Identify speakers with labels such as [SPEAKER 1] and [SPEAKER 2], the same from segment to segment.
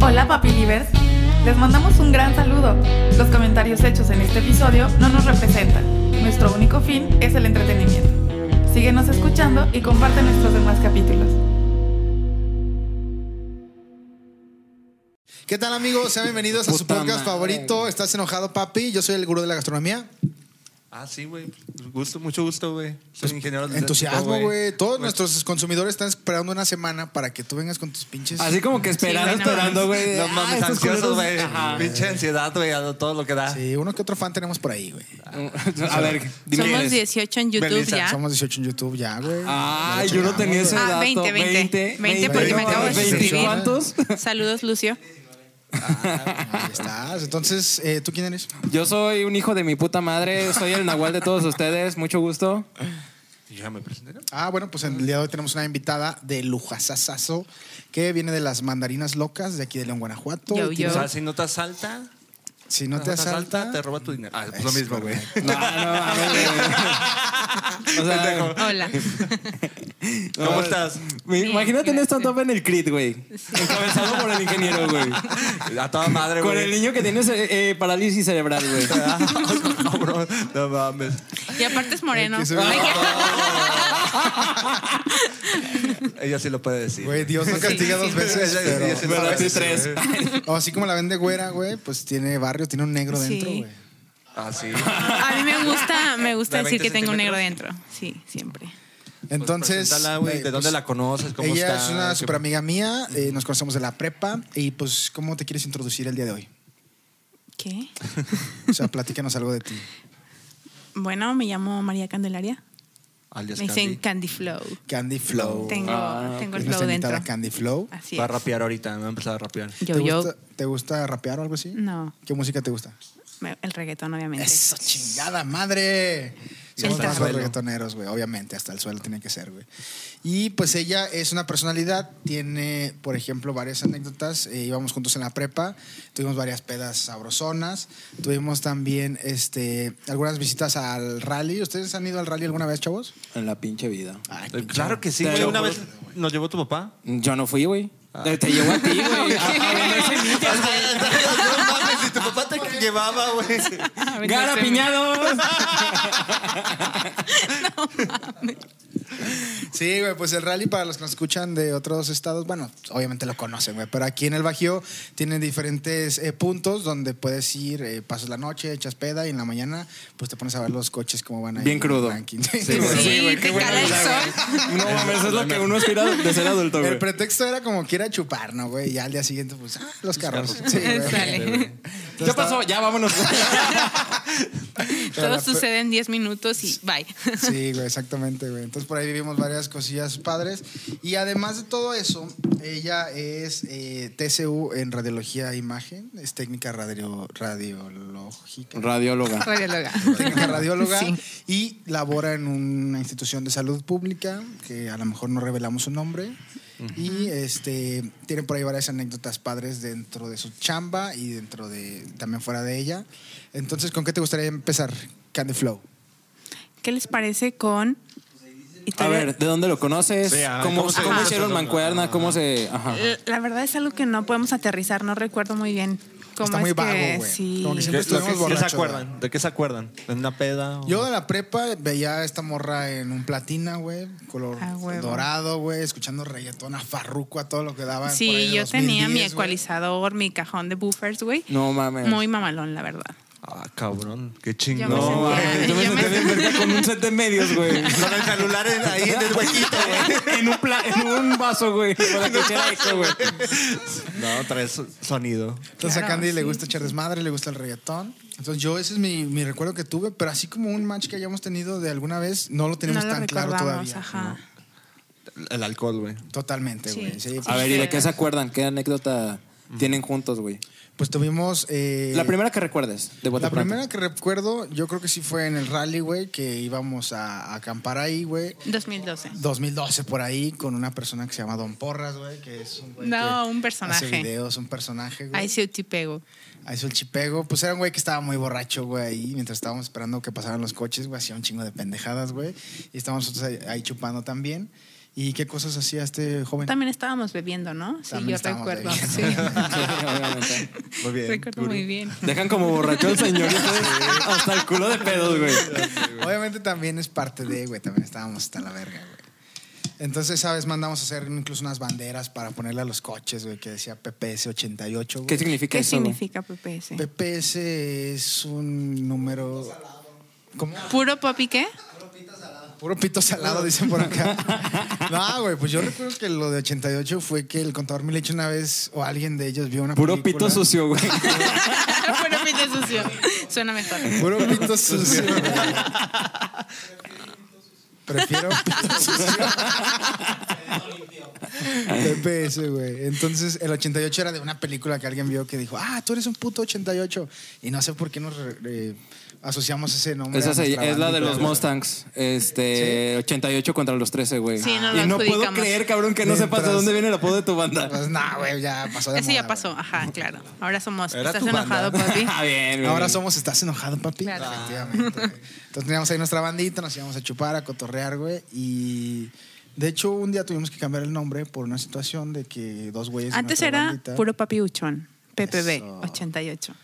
[SPEAKER 1] Hola Papilivers, les mandamos un gran saludo. Los comentarios hechos en este episodio no nos representan. Nuestro único fin es el entretenimiento. Síguenos escuchando y comparte nuestros demás capítulos.
[SPEAKER 2] ¿Qué tal amigos? Sean bienvenidos a su
[SPEAKER 3] Puta
[SPEAKER 2] podcast
[SPEAKER 3] madre,
[SPEAKER 2] favorito. ¿Estás enojado, papi? Yo soy el gurú de la gastronomía.
[SPEAKER 4] Ah, sí, güey. Gusto, mucho gusto, güey.
[SPEAKER 3] Pues,
[SPEAKER 4] Soy ingeniero
[SPEAKER 2] eh,
[SPEAKER 4] de
[SPEAKER 2] Entusiasmo, güey. Todos
[SPEAKER 4] Nuestro-
[SPEAKER 2] nuestros consumidores están esperando una semana para que tú vengas con tus pinches.
[SPEAKER 3] Así como que esperando,
[SPEAKER 1] Sí, güey, no
[SPEAKER 3] esperando,
[SPEAKER 5] pues,
[SPEAKER 3] güey.
[SPEAKER 4] No
[SPEAKER 3] Ah,
[SPEAKER 4] mames,
[SPEAKER 3] estos
[SPEAKER 4] ansiosos,
[SPEAKER 3] culeros-
[SPEAKER 4] güey.
[SPEAKER 3] Ajá.
[SPEAKER 4] Pinche ansiedad, güey, a todo lo que da.
[SPEAKER 2] Sí, uno que otro fan tenemos por ahí, güey.
[SPEAKER 3] A ver, dime. quién
[SPEAKER 5] Somos
[SPEAKER 3] eres.
[SPEAKER 5] 18 en YouTube
[SPEAKER 4] Melissa,
[SPEAKER 5] ya.
[SPEAKER 2] Somos 18 en YouTube ya, güey.
[SPEAKER 3] Ah,
[SPEAKER 2] Ya
[SPEAKER 3] yo no
[SPEAKER 2] checamos,
[SPEAKER 3] tenía ese
[SPEAKER 5] Ah,
[SPEAKER 3] dato.
[SPEAKER 5] 20, 20. 20, porque me acabo de
[SPEAKER 3] 20,
[SPEAKER 2] suscribir.
[SPEAKER 3] ¿Cuántos?
[SPEAKER 5] Saludos, Lucio.
[SPEAKER 2] güey. Ahí estás. Entonces, eh, ¿tú quién eres?
[SPEAKER 3] Yo soy un hijo de mi puta madre. Soy el Nahual de todos ustedes. Mucho gusto.
[SPEAKER 4] Ya me presenté.
[SPEAKER 2] Ah, bueno, pues el día de hoy tenemos una invitada de lujasasazo que viene de las mandarinas locas de aquí de León, Guanajuato.
[SPEAKER 5] Yo,
[SPEAKER 2] Y
[SPEAKER 5] yo.
[SPEAKER 4] O
[SPEAKER 2] tiene-
[SPEAKER 4] sea, si no te asalta,
[SPEAKER 2] Si no te asalta,
[SPEAKER 4] te roba tu dinero. Ah, pues lo
[SPEAKER 2] Es
[SPEAKER 4] mismo, güey.
[SPEAKER 3] No, no, a ver, güey. O sea,
[SPEAKER 5] Hola.
[SPEAKER 4] ¿Cómo estás?
[SPEAKER 3] me- imagínate un
[SPEAKER 5] gracias.
[SPEAKER 3] stand-up en el CRIT, güey. Encabezado por el ingeniero, güey.
[SPEAKER 4] A toda madre,
[SPEAKER 3] Con el
[SPEAKER 4] güey.
[SPEAKER 3] niño que tiene eh, eh, parálisis cerebral, güey.
[SPEAKER 4] Ah, no, bro, no mames.
[SPEAKER 5] Y aparte es moreno.
[SPEAKER 2] Ay, que se ve-
[SPEAKER 5] Ay, que-
[SPEAKER 4] Ella sí lo puede decir.
[SPEAKER 2] güey, Dios no castiga
[SPEAKER 5] sí,
[SPEAKER 2] dos
[SPEAKER 5] sí.
[SPEAKER 2] veces.
[SPEAKER 4] Ella-
[SPEAKER 2] pero-
[SPEAKER 4] ella sí lo
[SPEAKER 3] Pero
[SPEAKER 4] sabe.
[SPEAKER 3] a ti tres.
[SPEAKER 2] O así como la vende güera, güey, pues tiene barrio, tiene un negro
[SPEAKER 5] Sí.
[SPEAKER 2] dentro, güey.
[SPEAKER 4] Ah, sí.
[SPEAKER 5] A mí me gusta, me gusta
[SPEAKER 4] ¿De
[SPEAKER 5] decir
[SPEAKER 4] 20
[SPEAKER 5] que tengo un negro
[SPEAKER 4] centímetros?
[SPEAKER 5] dentro. Sí, siempre.
[SPEAKER 2] Entonces,
[SPEAKER 4] Pues Preséntala, güey.
[SPEAKER 2] eh,
[SPEAKER 4] ¿De dónde
[SPEAKER 2] pues,
[SPEAKER 4] la conoces? ¿Cómo
[SPEAKER 2] ella
[SPEAKER 4] está?
[SPEAKER 2] es una
[SPEAKER 4] ¿Qué-
[SPEAKER 2] super amiga mía, eh, nos conocemos de la prepa y pues, ¿cómo te quieres introducir el día de hoy?
[SPEAKER 5] ¿Qué?
[SPEAKER 2] O sea, platícanos algo de ti.
[SPEAKER 5] Bueno, me llamo María Candelaria.
[SPEAKER 4] Alias
[SPEAKER 5] Me dicen
[SPEAKER 4] Candy.
[SPEAKER 5] Candy Flow.
[SPEAKER 2] Candy Flow.
[SPEAKER 5] Tengo,
[SPEAKER 3] Ah,
[SPEAKER 5] tengo
[SPEAKER 2] Es
[SPEAKER 5] el
[SPEAKER 2] nuestra
[SPEAKER 5] flow
[SPEAKER 2] invitada
[SPEAKER 5] dentro.
[SPEAKER 2] Candy Flow.
[SPEAKER 5] Así
[SPEAKER 4] Va a
[SPEAKER 5] es.
[SPEAKER 4] rapear ahorita, me va a empezar a rapear.
[SPEAKER 5] Yo,
[SPEAKER 2] ¿Te,
[SPEAKER 5] yo,
[SPEAKER 2] Gusta, ¿Te gusta rapear o algo así?
[SPEAKER 5] No.
[SPEAKER 2] ¿Qué música te gusta?
[SPEAKER 5] me- el reggaetón, obviamente.
[SPEAKER 2] Eso, chingada madre.
[SPEAKER 5] Sí,
[SPEAKER 2] Somos
[SPEAKER 5] está.
[SPEAKER 2] más los
[SPEAKER 4] Suelo.
[SPEAKER 2] reggaetoneros, güey. Obviamente, hasta el suelo tiene que ser, güey. Y pues ella es una personalidad, tiene, por ejemplo, varias anécdotas. Eh, íbamos juntos en la prepa, tuvimos varias pedas sabrosonas, tuvimos también este, algunas visitas al rally. ¿Ustedes han ido al rally alguna vez, chavos?
[SPEAKER 3] En la pinche vida.
[SPEAKER 2] Ay,
[SPEAKER 4] Eh, Claro que sí,
[SPEAKER 3] Te
[SPEAKER 4] güey.
[SPEAKER 3] lo
[SPEAKER 4] Una
[SPEAKER 3] juro.
[SPEAKER 4] vez nos llevó tu papá.
[SPEAKER 3] Yo no fui, güey. Te, te llevo a ti, güey. A- a vender semillas, güey.
[SPEAKER 4] No mames, si tu papá te llevaba, güey.
[SPEAKER 5] A ver,
[SPEAKER 3] ¡Gara
[SPEAKER 5] no sé.
[SPEAKER 3] piñados!
[SPEAKER 2] Sí, güey, pues el rally para los que nos escuchan de otros estados, bueno, obviamente lo conocen, güey, pero aquí en el Bajío tienen diferentes eh, puntos donde puedes ir, eh, pasas la noche, echas peda y en la mañana pues te pones a ver los coches cómo van ahí.
[SPEAKER 3] Bien crudo.
[SPEAKER 2] Ranking.
[SPEAKER 3] Sí, güey.
[SPEAKER 5] Sí,
[SPEAKER 3] Sí, güey, qué
[SPEAKER 5] te
[SPEAKER 3] buena
[SPEAKER 5] cala el
[SPEAKER 3] vida, güey.
[SPEAKER 5] sol.
[SPEAKER 3] No mames, es lo que uno aspira de ser adulto, güey.
[SPEAKER 2] El pretexto era como que ir a chupar, ¿no, güey? Y ya al día siguiente, pues, ah, los carros.
[SPEAKER 4] carros.
[SPEAKER 2] Sí, güey.
[SPEAKER 5] Sale.
[SPEAKER 3] ¿Qué pasó? Ya vámonos.
[SPEAKER 2] Pero la
[SPEAKER 5] Todo
[SPEAKER 2] pe-
[SPEAKER 5] sucede en 10 minutos y bye.
[SPEAKER 2] Sí, güey, exactamente, güey. Entonces por ahí vivimos varias cosillas padres. Y además de todo eso, ella es eh, TCU en radiología e imagen, es técnica radio, radiológica.
[SPEAKER 3] Radióloga.
[SPEAKER 5] Radióloga.
[SPEAKER 2] técnica radióloga
[SPEAKER 5] Sí.
[SPEAKER 2] y labora en una institución de salud pública que a lo mejor no revelamos su nombre y este tiene por ahí varias anécdotas padres dentro de su chamba y dentro de también fuera de ella entonces con qué te gustaría empezar Candy Flow
[SPEAKER 5] ¿Qué les parece con
[SPEAKER 3] A
[SPEAKER 5] Italia?
[SPEAKER 3] ver, ¿de dónde lo conoces?
[SPEAKER 4] Sí, a ver,
[SPEAKER 3] ¿Cómo,
[SPEAKER 4] ¿cómo se-
[SPEAKER 3] cómo
[SPEAKER 5] Ajá.
[SPEAKER 3] hicieron mancuerna? ¿Cómo se...? Ajá.
[SPEAKER 5] L- Eh, La verdad es algo que no podemos aterrizar, no recuerdo muy bien cómo
[SPEAKER 2] Está
[SPEAKER 5] es
[SPEAKER 2] muy vago,
[SPEAKER 5] que
[SPEAKER 2] güey.
[SPEAKER 5] sí.
[SPEAKER 2] Como que siempre
[SPEAKER 4] ¿Qué, lo que-
[SPEAKER 2] estuvimos
[SPEAKER 4] qué se
[SPEAKER 2] borrachos,
[SPEAKER 4] acuerdan? ¿De qué se acuerdan? ¿De una peda? o-
[SPEAKER 2] Yo de la prepa veía a esta morra en un platina, güey, color
[SPEAKER 5] Ah, huevo.
[SPEAKER 2] dorado, güey, escuchando reggaetón a farruco, a todo lo que daba. por ahí
[SPEAKER 5] Sí,
[SPEAKER 2] de
[SPEAKER 5] yo tenía
[SPEAKER 2] 2010,
[SPEAKER 5] mi
[SPEAKER 2] güey.
[SPEAKER 5] ecualizador, mi cajón de buffers, güey.
[SPEAKER 3] No mames.
[SPEAKER 5] Muy mamalón, la verdad.
[SPEAKER 4] Ah, cabrón, qué
[SPEAKER 5] Ya
[SPEAKER 4] chingón.
[SPEAKER 5] me
[SPEAKER 3] no,
[SPEAKER 5] sentía-
[SPEAKER 3] mames, yo me
[SPEAKER 5] yo me
[SPEAKER 3] senté bien verga con un set de medios, güey.
[SPEAKER 4] Con el celular en- ahí en el huequito, güey.
[SPEAKER 3] En un, pla- en un vaso, güey. Para que hiciera eco, güey.
[SPEAKER 4] No, trae so- sonido.
[SPEAKER 2] Entonces a
[SPEAKER 5] Claro,
[SPEAKER 2] Candy le
[SPEAKER 5] sí,
[SPEAKER 2] gusta echar desmadre, le gusta el reggaetón. Entonces yo ese es mi, mi recuerdo que tuve, pero así como un match que hayamos tenido de alguna vez, no lo tenemos
[SPEAKER 5] no lo
[SPEAKER 2] tan claro
[SPEAKER 5] recordamos,
[SPEAKER 2] todavía.
[SPEAKER 5] ajá.
[SPEAKER 4] El alcohol, güey.
[SPEAKER 2] Totalmente,
[SPEAKER 5] Sí.
[SPEAKER 2] güey. sí,
[SPEAKER 3] A
[SPEAKER 2] pues,
[SPEAKER 3] ver, ¿y de qué se acuerdan? ¿Qué anécdota tienen juntos, güey?
[SPEAKER 2] pues tuvimos... eh,
[SPEAKER 3] La primera que recuerdes, de bote
[SPEAKER 2] La
[SPEAKER 3] pronto.
[SPEAKER 2] primera que recuerdo, yo creo que sí fue en el rally, güey, que íbamos a- a acampar ahí, güey.
[SPEAKER 5] 2012.
[SPEAKER 2] 2012 por ahí con una persona que se llama Don Porras, güey, que es un güey
[SPEAKER 5] No,
[SPEAKER 2] que
[SPEAKER 5] un personaje.
[SPEAKER 2] Hace videos, un personaje, güey.
[SPEAKER 5] Ahí
[SPEAKER 2] Ahí
[SPEAKER 5] sí te pego.
[SPEAKER 2] hizo el chipego. Pues era un güey que estaba muy borracho, güey, ahí mientras estábamos esperando que pasaran los coches, güey, hacía un chingo de pendejadas, güey. Y estábamos nosotros ahí, ahí chupando también. ¿Y qué cosas hacía este joven?
[SPEAKER 5] También estábamos bebiendo, ¿no? Sí,
[SPEAKER 2] También
[SPEAKER 5] yo
[SPEAKER 2] estábamos
[SPEAKER 5] recuerdo.
[SPEAKER 2] bebiendo.
[SPEAKER 5] Sí.
[SPEAKER 3] Sí, obviamente.
[SPEAKER 4] Muy bien.
[SPEAKER 5] recuerdo muy bien.
[SPEAKER 3] Dejan como borracho al señor y ustedes hasta el culo de pedos, güey.
[SPEAKER 2] Obviamente también es parte de, güey, también estábamos hasta la verga, güey. Entonces, ¿sabes? Mandamos a hacer incluso unas banderas para ponerle a los coches, güey, que decía PPS 88,
[SPEAKER 3] ¿Qué
[SPEAKER 2] güey.
[SPEAKER 3] significa
[SPEAKER 5] ¿Qué
[SPEAKER 3] eso? güey?
[SPEAKER 5] significa PPS?
[SPEAKER 2] PPS es un número... ¿Cómo?
[SPEAKER 5] ¿Puro pop y qué?
[SPEAKER 2] Puro pito salado, dicen por acá. No, güey, pues yo recuerdo que lo de 88 fue que el contador Milecho una vez, o alguien de ellos vio una
[SPEAKER 3] Puro pito
[SPEAKER 2] película-
[SPEAKER 3] sucio, güey.
[SPEAKER 5] Puro pito sucio. Suena mejor.
[SPEAKER 2] Puro pito sucio. güey. Prefiero pito sucio. PPS, güey. Entonces, el 88 era de una película que alguien vio que dijo, ah, tú eres un puto 88. Y no sé por qué nos re- eh, asociamos ese nombre.
[SPEAKER 3] Esa
[SPEAKER 2] a
[SPEAKER 3] se-
[SPEAKER 2] nuestra
[SPEAKER 3] es la
[SPEAKER 2] banda,
[SPEAKER 3] de los
[SPEAKER 2] pero-
[SPEAKER 3] Mustangs. Este, 88 contra los 13, güey.
[SPEAKER 5] Sí, no lo
[SPEAKER 3] y no puedo
[SPEAKER 5] adjudicamos.
[SPEAKER 3] creer, cabrón, que no sepas de
[SPEAKER 2] Mientras-
[SPEAKER 3] dónde viene el apodo de tu banda.
[SPEAKER 2] Pues nah, güey, ya pasó de
[SPEAKER 5] Eso ya
[SPEAKER 2] moda,
[SPEAKER 5] pasó. Ajá, claro. Ahora somos.
[SPEAKER 4] Era
[SPEAKER 5] ¿Estás
[SPEAKER 4] tu banda.
[SPEAKER 5] enojado, papi?
[SPEAKER 3] Ah, bien, güey.
[SPEAKER 2] Ahora somos Estás enojado, papi.
[SPEAKER 5] Claro.
[SPEAKER 2] Efectivamente. güey. Entonces teníamos ahí nuestra bandita, nos íbamos a chupar, a cotorrear, güey. Y de hecho, un día tuvimos que cambiar el nombre por una situación de que dos güeyes. de
[SPEAKER 5] Antes
[SPEAKER 2] nuestra
[SPEAKER 5] era
[SPEAKER 2] bandita-
[SPEAKER 5] puro papi huchón. PPB
[SPEAKER 2] Eso.
[SPEAKER 5] 88.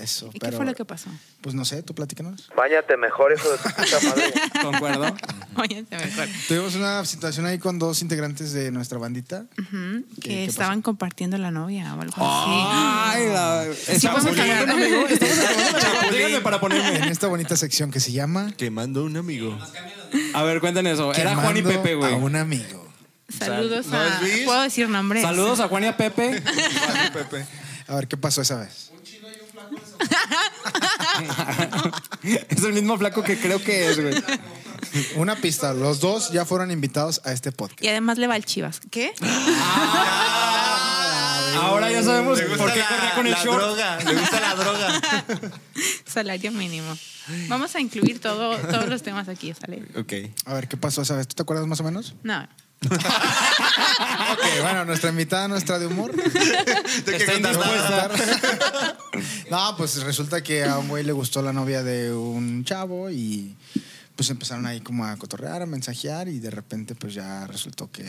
[SPEAKER 2] Eso,
[SPEAKER 5] ¿Y qué
[SPEAKER 2] pero.
[SPEAKER 5] fue lo que pasó?
[SPEAKER 2] Pues no sé, tú platícanos.
[SPEAKER 6] Báñate mejor, hijo de tu puta madre.
[SPEAKER 3] Concuerdo.
[SPEAKER 5] Oye, se me acuerdo.
[SPEAKER 2] Tuvimos una situación ahí con dos integrantes de nuestra bandita.
[SPEAKER 5] Ujú,
[SPEAKER 2] ¿Qué-
[SPEAKER 5] Que
[SPEAKER 2] qué pasó?
[SPEAKER 5] estaban compartiendo la novia o algo así.
[SPEAKER 3] Ay, la... Estamos
[SPEAKER 5] podemos
[SPEAKER 3] acabando,
[SPEAKER 5] hablar.
[SPEAKER 3] amigo. Estamos acabando. Chapulín. Díganme para ponerme.
[SPEAKER 2] En esta bonita sección que se llama.
[SPEAKER 4] Quemando a un amigo.
[SPEAKER 3] A ver, cuenten eso. Era Juan y
[SPEAKER 2] Quemando
[SPEAKER 3] Pepe, güey.
[SPEAKER 2] A un amigo.
[SPEAKER 5] Saludos
[SPEAKER 4] ¿No
[SPEAKER 5] a.
[SPEAKER 4] has visto?
[SPEAKER 5] ¿Puedo decir nombres?
[SPEAKER 3] Saludos a Juan y a Pepe.
[SPEAKER 4] Pepe.
[SPEAKER 2] A ver, ¿qué pasó esa vez?
[SPEAKER 3] es el mismo flaco que creo que es, güey.
[SPEAKER 2] Una pista. Los dos ya fueron invitados a este podcast.
[SPEAKER 5] Y además le va al Chivas. ¿Qué?
[SPEAKER 3] Ahora ya sabemos por qué corría con el
[SPEAKER 4] Ah, la
[SPEAKER 3] short.
[SPEAKER 4] droga. Le gusta la droga.
[SPEAKER 5] Salario mínimo. Vamos a incluir todo, todos los temas aquí, ¿sale?
[SPEAKER 4] Ok.
[SPEAKER 2] A ver, ¿qué pasó esa vez? ¿Tú te acuerdas más o menos?
[SPEAKER 5] No.
[SPEAKER 2] Ok, bueno, nuestra invitada, nuestra de humor.
[SPEAKER 3] Está indispuesta.
[SPEAKER 2] No, pues resulta que a un güey le gustó la novia de un chavo y pues empezaron ahí como a cotorrear, a mensajear y de repente pues ya resultó que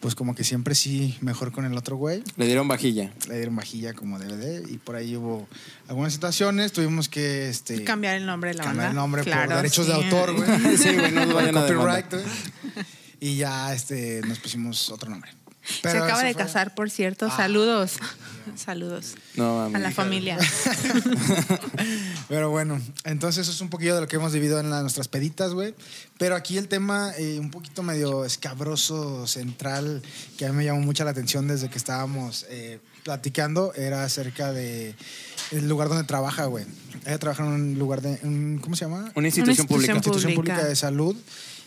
[SPEAKER 2] pues como que siempre sí mejor con el otro güey.
[SPEAKER 3] Le dieron vajilla.
[SPEAKER 2] Le dieron vajilla como DVD y por ahí hubo algunas situaciones, tuvimos que este
[SPEAKER 5] Cambiar el nombre de la
[SPEAKER 2] cambiar el
[SPEAKER 5] banda.
[SPEAKER 2] nombre
[SPEAKER 5] Claro,
[SPEAKER 2] por derechos de
[SPEAKER 5] sí.
[SPEAKER 2] autor, güey.
[SPEAKER 3] Sí, güey, no
[SPEAKER 2] Por
[SPEAKER 3] nos vayan a demandar.
[SPEAKER 2] copyright, güey. Y ya este nos pusimos otro nombre.
[SPEAKER 5] Se
[SPEAKER 2] Pero
[SPEAKER 5] acaba
[SPEAKER 2] eso
[SPEAKER 5] de
[SPEAKER 2] fue-
[SPEAKER 5] casar, por cierto. Saludos. Saludos.
[SPEAKER 3] No,
[SPEAKER 5] a la
[SPEAKER 3] mames.
[SPEAKER 5] familia.
[SPEAKER 2] Pero bueno, entonces eso es un poquillo de lo que hemos vivido en la- nuestras peditas, güey. Pero aquí el tema eh, un poquito medio escabroso, central, que a mí me llamó mucha la atención desde que estábamos eh, platicando, era acerca de el lugar donde trabaja, güey. Ella trabaja en un lugar de... un- ¿Cómo se llama?
[SPEAKER 3] Una institución
[SPEAKER 5] Una institución
[SPEAKER 3] pública.
[SPEAKER 2] institución pública.
[SPEAKER 5] Pública.
[SPEAKER 2] de salud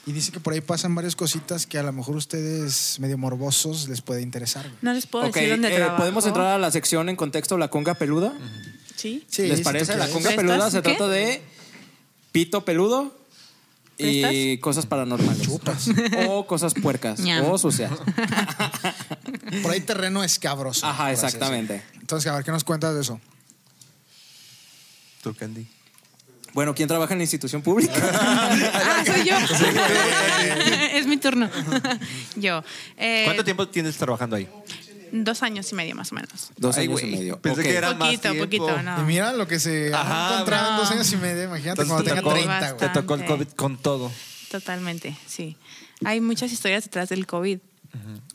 [SPEAKER 2] y dice que por ahí pasan varias cositas que a lo mejor ustedes medio morbosos les puede interesar. güey.
[SPEAKER 5] No les puedo
[SPEAKER 3] Ok,
[SPEAKER 5] decir dónde
[SPEAKER 3] eh,
[SPEAKER 5] trabajo.
[SPEAKER 3] ¿podemos entrar a la sección en contexto la conga peluda?
[SPEAKER 5] Sí.
[SPEAKER 2] Sí,
[SPEAKER 3] ¿Les
[SPEAKER 2] sí,
[SPEAKER 3] parece?
[SPEAKER 2] tú
[SPEAKER 3] La
[SPEAKER 2] crees.
[SPEAKER 3] conga
[SPEAKER 5] ¿Prestas?
[SPEAKER 3] peluda se
[SPEAKER 5] ¿Qué?
[SPEAKER 3] trata de pito peludo y cosas paranormales. O cosas puercas.
[SPEAKER 5] Ñam.
[SPEAKER 3] O sucias.
[SPEAKER 2] Por ahí terreno escabroso.
[SPEAKER 3] Ajá,
[SPEAKER 2] por así decirlo.
[SPEAKER 3] exactamente.
[SPEAKER 2] Entonces, a ver, ¿qué nos cuentas de eso?
[SPEAKER 4] Tú, Candy.
[SPEAKER 3] Bueno, ¿quién trabaja en la institución pública?
[SPEAKER 5] Ah, soy yo. es mi turno. yo. Eh,
[SPEAKER 4] ¿Cuánto tiempo tienes trabajando ahí?
[SPEAKER 5] Dos años y medio más o menos.
[SPEAKER 3] Dos
[SPEAKER 4] Ay,
[SPEAKER 3] años y
[SPEAKER 4] güey.
[SPEAKER 3] medio.
[SPEAKER 4] Pensé
[SPEAKER 3] Ok.
[SPEAKER 4] que era más
[SPEAKER 5] poquito,
[SPEAKER 4] tiempo.
[SPEAKER 5] poquito, no.
[SPEAKER 2] Y mira lo que se
[SPEAKER 4] Ajá,
[SPEAKER 2] encontraba en
[SPEAKER 5] no.
[SPEAKER 2] dos años y medio. Imagínate
[SPEAKER 4] Entonces
[SPEAKER 2] cuando
[SPEAKER 4] te
[SPEAKER 2] tenga
[SPEAKER 4] tocó-
[SPEAKER 2] 30,
[SPEAKER 4] Te
[SPEAKER 2] güey.
[SPEAKER 4] tocó el COVID
[SPEAKER 5] Bastante.
[SPEAKER 4] con todo.
[SPEAKER 5] Totalmente, sí. Hay muchas historias detrás del COVID.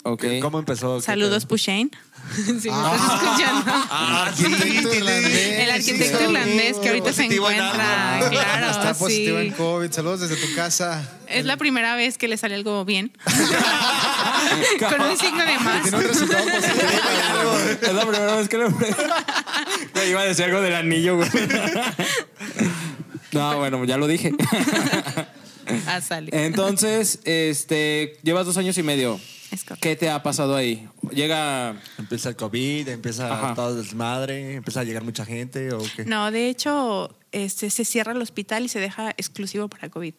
[SPEAKER 3] Ok.
[SPEAKER 4] ¿Cómo empezó? ¿Qué
[SPEAKER 5] Saludos,
[SPEAKER 4] pedo?
[SPEAKER 5] Pushain. si me estás escuchando.
[SPEAKER 4] Ah, sí,
[SPEAKER 2] Arquitecto
[SPEAKER 4] sí, sí.
[SPEAKER 2] irlandés.
[SPEAKER 5] El arquitecto
[SPEAKER 2] sí,
[SPEAKER 5] irlandés que
[SPEAKER 2] sí.
[SPEAKER 5] ahorita se
[SPEAKER 4] Positivo en algo.
[SPEAKER 5] encuentra.
[SPEAKER 4] Ah,
[SPEAKER 5] Claro,
[SPEAKER 2] Está positivo
[SPEAKER 5] sí.
[SPEAKER 2] en COVID. Saludos desde tu casa.
[SPEAKER 5] Es la primera vez que le sale algo bien. Con un signo de más.
[SPEAKER 2] Tiene un resultado positivo.
[SPEAKER 3] Es la primera vez que lo Te iba a decir algo del anillo, güey. No, bueno, ya lo dije.
[SPEAKER 5] Ah, sale.
[SPEAKER 3] Entonces, este, llevas dos años y medio.
[SPEAKER 5] Es correcto.
[SPEAKER 3] ¿Qué te ha pasado ahí? Llega.
[SPEAKER 4] Empieza el COVID, empieza
[SPEAKER 3] Ajá.
[SPEAKER 4] todo el desmadre, empieza a llegar mucha gente o qué.
[SPEAKER 5] No, de hecho, este, se cierra el hospital y se deja exclusivo para COVID.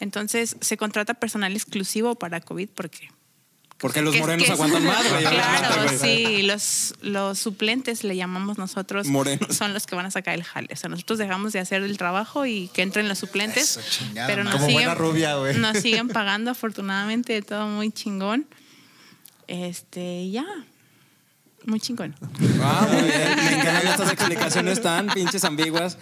[SPEAKER 5] Entonces, se contrata personal exclusivo para COVID porque
[SPEAKER 3] Porque los
[SPEAKER 5] Que-
[SPEAKER 3] morenos
[SPEAKER 5] que-
[SPEAKER 3] aguantan más, güey.
[SPEAKER 5] Claro,
[SPEAKER 3] obviamente, güey.
[SPEAKER 5] sí. Los, los suplentes, le llamamos nosotros,
[SPEAKER 3] Morenos.
[SPEAKER 5] son los que van a sacar el jale. O sea, nosotros dejamos de hacer el trabajo y que entren los suplentes.
[SPEAKER 2] Eso, chingada
[SPEAKER 5] pero nos
[SPEAKER 2] madre.
[SPEAKER 4] Como
[SPEAKER 5] siguen,
[SPEAKER 4] buena rubia, güey.
[SPEAKER 5] Nos siguen pagando, afortunadamente, todo muy chingón. Este, ya. Muy chingón.
[SPEAKER 3] Ah, muy bien. Me encantan estas explicaciones tan pinches ambiguas.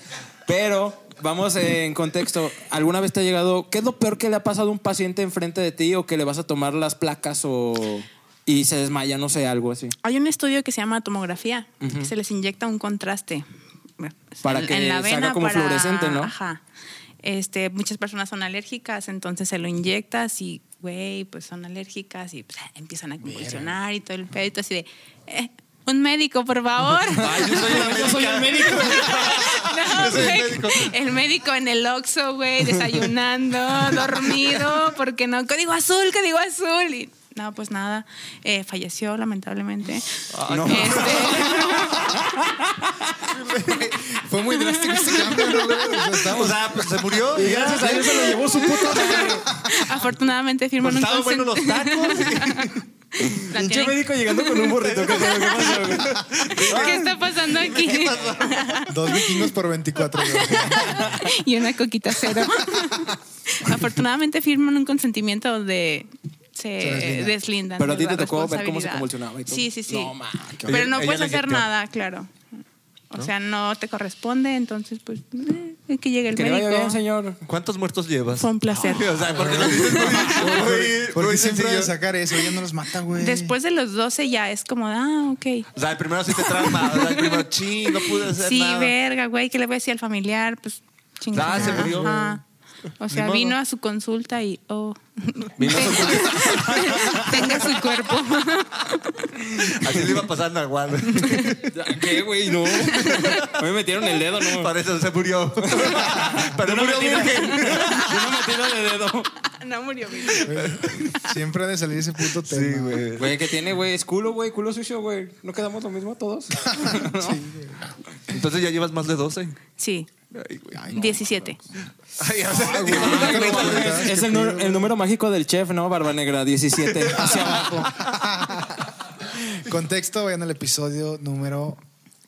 [SPEAKER 3] Pero vamos eh, en contexto. ¿Alguna vez te ha llegado? ¿Qué es lo peor que le ha pasado a un paciente enfrente de ti o que le vas a tomar las placas o y se desmaya, no sé, algo así?
[SPEAKER 5] Hay un estudio que se llama tomografía. que se les inyecta un contraste. bueno,
[SPEAKER 3] Para que se haga como fluorescente, ¿no?
[SPEAKER 5] Ajá. Este, muchas personas son alérgicas, entonces se lo inyectas y, güey, pues son alérgicas y pues, empiezan a convulsionar y todo el pedo y todo así de, eh, un médico, por favor.
[SPEAKER 3] Ah,
[SPEAKER 4] yo soy la médica.
[SPEAKER 5] No,
[SPEAKER 4] Yo soy el
[SPEAKER 5] güey.
[SPEAKER 4] médico.
[SPEAKER 5] El médico en el Oxxo, güey, desayunando, dormido, porque no, código azul, código azul. Y no, pues nada, eh, falleció lamentablemente.
[SPEAKER 4] Ah,
[SPEAKER 5] Este,
[SPEAKER 3] no.
[SPEAKER 2] Fue muy drástico este cambio, ¿no, güey? O sea, estamos-
[SPEAKER 4] O sea, pues se murió. Y gracias
[SPEAKER 3] a Dios se lo llevó su puta madre.
[SPEAKER 5] Este, afortunadamente firman un
[SPEAKER 4] Pues, Estaban buenos
[SPEAKER 5] consent-
[SPEAKER 4] los tacos.
[SPEAKER 5] la
[SPEAKER 3] Pinche
[SPEAKER 5] tienen-
[SPEAKER 3] médico llegando con un burrito. ¿Qué, pedo? ¿Qué pasó, güey?
[SPEAKER 5] ¿Qué está pasando aquí?
[SPEAKER 2] Dos vikingos por 24, güey.
[SPEAKER 5] y una coquita cero. Afortunadamente firman un consentimiento de se,
[SPEAKER 2] Se deslindan.
[SPEAKER 5] deslindan.
[SPEAKER 3] Pero a
[SPEAKER 5] de
[SPEAKER 3] ti te
[SPEAKER 5] la
[SPEAKER 3] tocó ver cómo se
[SPEAKER 5] responsabilidad.
[SPEAKER 3] convulsionaba y todo.
[SPEAKER 5] Sí, sí, sí.
[SPEAKER 3] No, ma, qué
[SPEAKER 5] Pero no
[SPEAKER 4] Ella-
[SPEAKER 5] puedes
[SPEAKER 4] ella le
[SPEAKER 5] hacer
[SPEAKER 4] inyectó.
[SPEAKER 5] nada, claro. O sea, no te corresponde, entonces pues eh, que llegue el
[SPEAKER 3] Que le vaya
[SPEAKER 5] médico.
[SPEAKER 3] bien, señor.
[SPEAKER 4] ¿Cuántos muertos llevas?
[SPEAKER 5] Fue un placer.
[SPEAKER 4] O sea, ¿por qué lo dices muy- muy-
[SPEAKER 2] ¿Por
[SPEAKER 4] muy
[SPEAKER 2] qué siempre
[SPEAKER 4] sencillo?
[SPEAKER 2] de sacar eso? Ya no los mata, güey.
[SPEAKER 3] pues.
[SPEAKER 5] Después de los 12 ya es como, ah, ok.
[SPEAKER 4] O sea, el primero sí te trauma. O sea, el primero, ching, no pude hacer
[SPEAKER 5] Sí,
[SPEAKER 4] nada.
[SPEAKER 5] verga, güey, ¿qué le voy a decir al familiar? Pues chingada.
[SPEAKER 4] Ah, se murió.
[SPEAKER 5] O sea,
[SPEAKER 4] modo.
[SPEAKER 5] vino a su consulta y, oh,
[SPEAKER 4] Vino a su
[SPEAKER 5] tenga su cuerpo.
[SPEAKER 4] Así le iba pasando al Juan.
[SPEAKER 3] ¿Qué, güey? No. A mí me metieron el dedo, no.
[SPEAKER 4] Para eso se murió. Pero
[SPEAKER 3] Una
[SPEAKER 4] murió
[SPEAKER 3] metida-
[SPEAKER 4] virgen.
[SPEAKER 3] Una metida de dedo.
[SPEAKER 5] no murió.
[SPEAKER 2] Güey, Siempre ha de salir ese puto tema.
[SPEAKER 4] Sí, güey.
[SPEAKER 3] Güey, ¿qué tiene, güey? Es culo, güey. Culo sucio, güey. ¿No quedamos lo mismo todos? ¿No?
[SPEAKER 4] Entonces ya llevas más de 12.
[SPEAKER 5] Sí,
[SPEAKER 4] Ay, güey. Ah,
[SPEAKER 5] 17.
[SPEAKER 4] Ay, o sea,
[SPEAKER 2] güey.
[SPEAKER 4] llevas-
[SPEAKER 2] Qué
[SPEAKER 3] Es-
[SPEAKER 2] barbaridad,
[SPEAKER 3] es
[SPEAKER 2] qué
[SPEAKER 3] el, nu- el número mágico del chef, ¿no? Barba Negra, 17. Hacia abajo.
[SPEAKER 2] Contexto, vayan al episodio número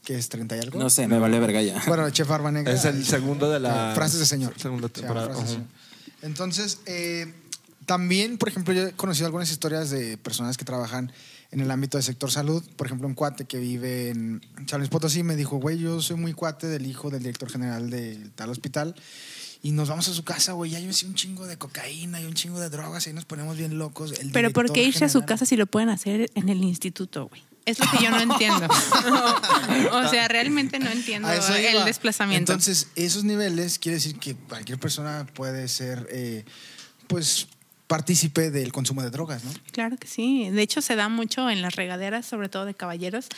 [SPEAKER 2] que es 30 y algo.
[SPEAKER 3] No sé, me vale verga ya.
[SPEAKER 2] Bueno, Chef Barba Negra.
[SPEAKER 4] Es el segundo de la.
[SPEAKER 2] Frases de señor.
[SPEAKER 4] Segunda
[SPEAKER 2] O sea,
[SPEAKER 4] temporada.
[SPEAKER 2] frases de
[SPEAKER 4] Ujú.
[SPEAKER 2] señor. Entonces, eh, también, por ejemplo, yo he conocido algunas historias de personas que trabajan en el ámbito del sector salud. Por ejemplo, un cuate que vive en San Luis Potosí me dijo, güey, yo soy muy cuate del hijo del director general del tal hospital. Y nos vamos a su casa, güey. Ya yo hice un chingo de cocaína y un chingo de drogas y ahí nos ponemos bien locos. El
[SPEAKER 5] Pero ¿por
[SPEAKER 2] director
[SPEAKER 5] qué irse a su
[SPEAKER 2] general-
[SPEAKER 5] casa si lo pueden hacer en el instituto, güey? Es lo que yo no entiendo.
[SPEAKER 4] Ah.
[SPEAKER 5] o sea, realmente no entiendo
[SPEAKER 2] A eso
[SPEAKER 5] el
[SPEAKER 2] iba.
[SPEAKER 5] desplazamiento.
[SPEAKER 2] Entonces, esos niveles quiere decir que cualquier persona puede ser, eh, pues, partícipe del consumo de drogas, ¿no?
[SPEAKER 5] Claro que sí. De hecho, se da mucho en las regaderas, sobre todo de caballeros.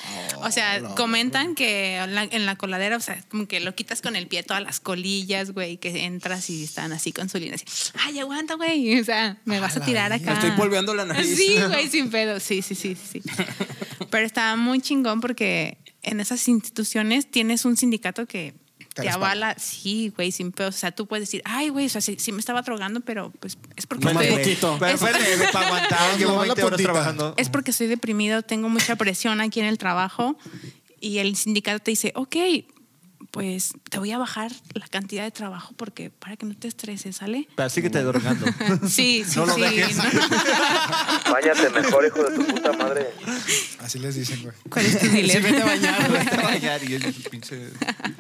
[SPEAKER 5] o sea, comentan que en la, en la coladera, o sea, como que lo quitas con el pie todas las colillas, güey, que entras y están así con su línea, así, ay, aguanta, güey. O sea, me vas a
[SPEAKER 2] la
[SPEAKER 5] tirar
[SPEAKER 2] mierda.
[SPEAKER 5] acá.
[SPEAKER 3] Me estoy polveando la nariz.
[SPEAKER 5] Sí, güey, sin pedo. Sí, sí, sí, sí. sí. Pero está muy chingón porque en esas instituciones tienes un sindicato que
[SPEAKER 2] Te
[SPEAKER 5] te,
[SPEAKER 2] respalda.
[SPEAKER 5] avala. Sí, güey, sin pedo. O sea, tú puedes decir, ay, güey, o sea, sí, sí me estaba drogando, pero pues es porque
[SPEAKER 3] Nomás
[SPEAKER 5] estoy-
[SPEAKER 3] poquito.
[SPEAKER 4] Pero
[SPEAKER 5] Es-
[SPEAKER 4] fue leve para aguantar. Llevo
[SPEAKER 2] Nomás la
[SPEAKER 4] 20 horas
[SPEAKER 2] puntita.
[SPEAKER 4] trabajando.
[SPEAKER 5] es porque soy deprimido, tengo mucha presión aquí en el trabajo y el sindicato te dice, ok, pues te voy a bajar la cantidad de trabajo porque para que no te estreses, ¿sale?
[SPEAKER 4] Pero síguete drogando.
[SPEAKER 5] Sí, sí,
[SPEAKER 4] No lo
[SPEAKER 5] sí.
[SPEAKER 4] dejes.
[SPEAKER 6] Báñate mejor, hijo de tu puta madre.
[SPEAKER 2] Así les dicen, güey.
[SPEAKER 5] ¿Cuál es tu dealer?
[SPEAKER 3] vete a bañar, güey.
[SPEAKER 4] Vete a bañar y el pinche.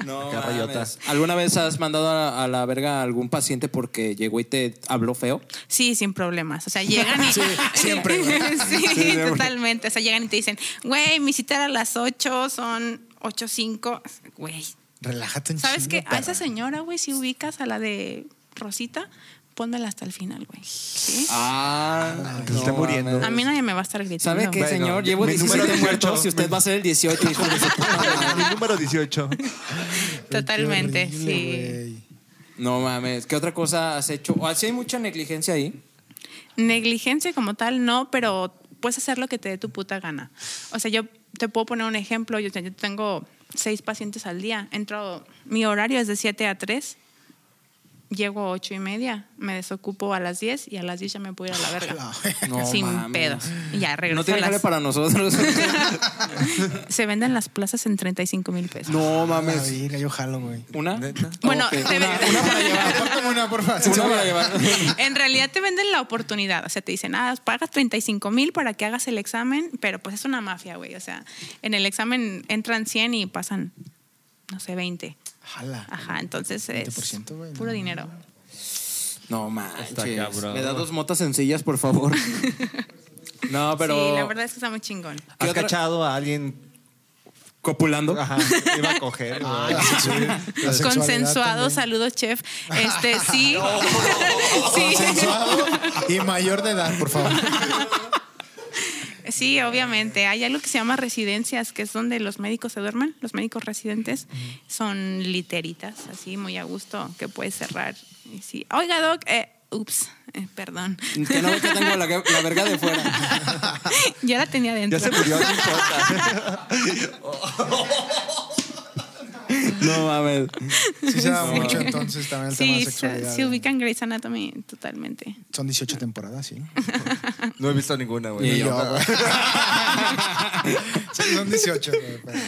[SPEAKER 3] No,
[SPEAKER 4] Carrayota.
[SPEAKER 3] mames. ¿Alguna vez has mandado a, a la verga a algún paciente porque llegó y te habló feo?
[SPEAKER 5] Sí, sin problemas. O sea, llegan y.
[SPEAKER 2] Sí, siempre, güey.
[SPEAKER 5] sí, totalmente. O sea, llegan y te dicen, güey, mi cita era a las 8, son 8.05. Güey.
[SPEAKER 2] Relájate un
[SPEAKER 5] ¿Sabes
[SPEAKER 2] chingo,
[SPEAKER 5] qué? A esa
[SPEAKER 2] perra.
[SPEAKER 5] señora, güey, si ubicas a la de Rosita, pónmela hasta el final, güey. ¿Sí?
[SPEAKER 3] Ah,
[SPEAKER 4] se está muriendo.
[SPEAKER 5] A mí nadie me va a estar gritando.
[SPEAKER 3] ¿Sabe qué,
[SPEAKER 4] Bueno,
[SPEAKER 3] señor? Llevo
[SPEAKER 4] mi número
[SPEAKER 3] 17 muertos
[SPEAKER 4] 18.
[SPEAKER 3] y usted va a ser el 18, hijo de su puta madre.
[SPEAKER 4] Mi Ah, número 18.
[SPEAKER 5] Totalmente,
[SPEAKER 2] Qué
[SPEAKER 5] sí.
[SPEAKER 2] horrible, güey.
[SPEAKER 3] No mames, ¿qué otra cosa has hecho? O así hay mucha negligencia ahí.
[SPEAKER 5] Negligencia como tal, no, pero puedes hacer lo que te dé tu puta gana. O sea, yo te puedo poner un ejemplo. Yo, yo tengo seis pacientes al día. Entro, mi horario es de 7 a 3. llego a ocho y media, me desocupo a las 10 y a las 10 ya me puedo ir a la verga.
[SPEAKER 3] No
[SPEAKER 5] Sin
[SPEAKER 3] mames.
[SPEAKER 5] pedos. Y ya
[SPEAKER 3] No
[SPEAKER 5] regreso a
[SPEAKER 3] tiene jale
[SPEAKER 5] las...
[SPEAKER 3] para nosotros.
[SPEAKER 5] Se venden las plazas en 35 mil pesos.
[SPEAKER 2] La
[SPEAKER 3] no mames.
[SPEAKER 2] vida, yo jalo, güey.
[SPEAKER 3] ¿Una?
[SPEAKER 4] ¿Neta?
[SPEAKER 5] Bueno,
[SPEAKER 3] Ok,
[SPEAKER 5] te
[SPEAKER 3] una,
[SPEAKER 5] ven-
[SPEAKER 3] una para llevar.
[SPEAKER 2] Apártame una, porfa.
[SPEAKER 3] Una para llevar.
[SPEAKER 5] En realidad te venden la oportunidad, o sea, te dicen, ah, pagas 35 mil para que hagas el examen, pero pues es una mafia, güey, o sea, en el examen entran 100 y pasan, no sé, 20.
[SPEAKER 2] Jala.
[SPEAKER 5] Ajá, entonces es
[SPEAKER 2] 20%, güey,
[SPEAKER 5] puro
[SPEAKER 2] no.
[SPEAKER 5] dinero.
[SPEAKER 3] No manches.
[SPEAKER 4] Está cabrón.
[SPEAKER 3] Me da dos motas sencillas, por favor. No, pero.
[SPEAKER 5] Sí, la verdad es que está muy chingón.
[SPEAKER 3] ¿Qué
[SPEAKER 4] ¿Has
[SPEAKER 3] otra-
[SPEAKER 4] cachado a alguien?
[SPEAKER 3] Copulando.
[SPEAKER 4] Ajá, iba a coger. güey.
[SPEAKER 2] Ah, la sexualidad. La sexualidad
[SPEAKER 5] Consensuado,
[SPEAKER 2] también.
[SPEAKER 5] saludos, chef. Este, sí. sí.
[SPEAKER 2] Consensuado y mayor de edad, por favor.
[SPEAKER 5] Sí, obviamente. Hay algo que se llama residencias, que es donde los médicos se duermen, los médicos residentes. Son literitas, así muy a gusto, que puedes cerrar. Y sí. Oiga, Doc, eh, ups, eh, perdón.
[SPEAKER 3] Que no ve que tengo la, la verga de fuera.
[SPEAKER 5] Yo la tenía dentro.
[SPEAKER 4] Ya se murió, no importa.
[SPEAKER 3] No mames.
[SPEAKER 2] Sí se da mucho entonces también el tema de
[SPEAKER 5] Sí, se,
[SPEAKER 2] sexualidad.
[SPEAKER 5] se ubican Grey's Anatomy totalmente.
[SPEAKER 2] Son 18 temporadas, ¿sí?
[SPEAKER 4] No he visto ninguna, güey.
[SPEAKER 3] Ni
[SPEAKER 2] Y
[SPEAKER 3] yo,
[SPEAKER 2] yo, güey. Sí, Son 18, güey. pero-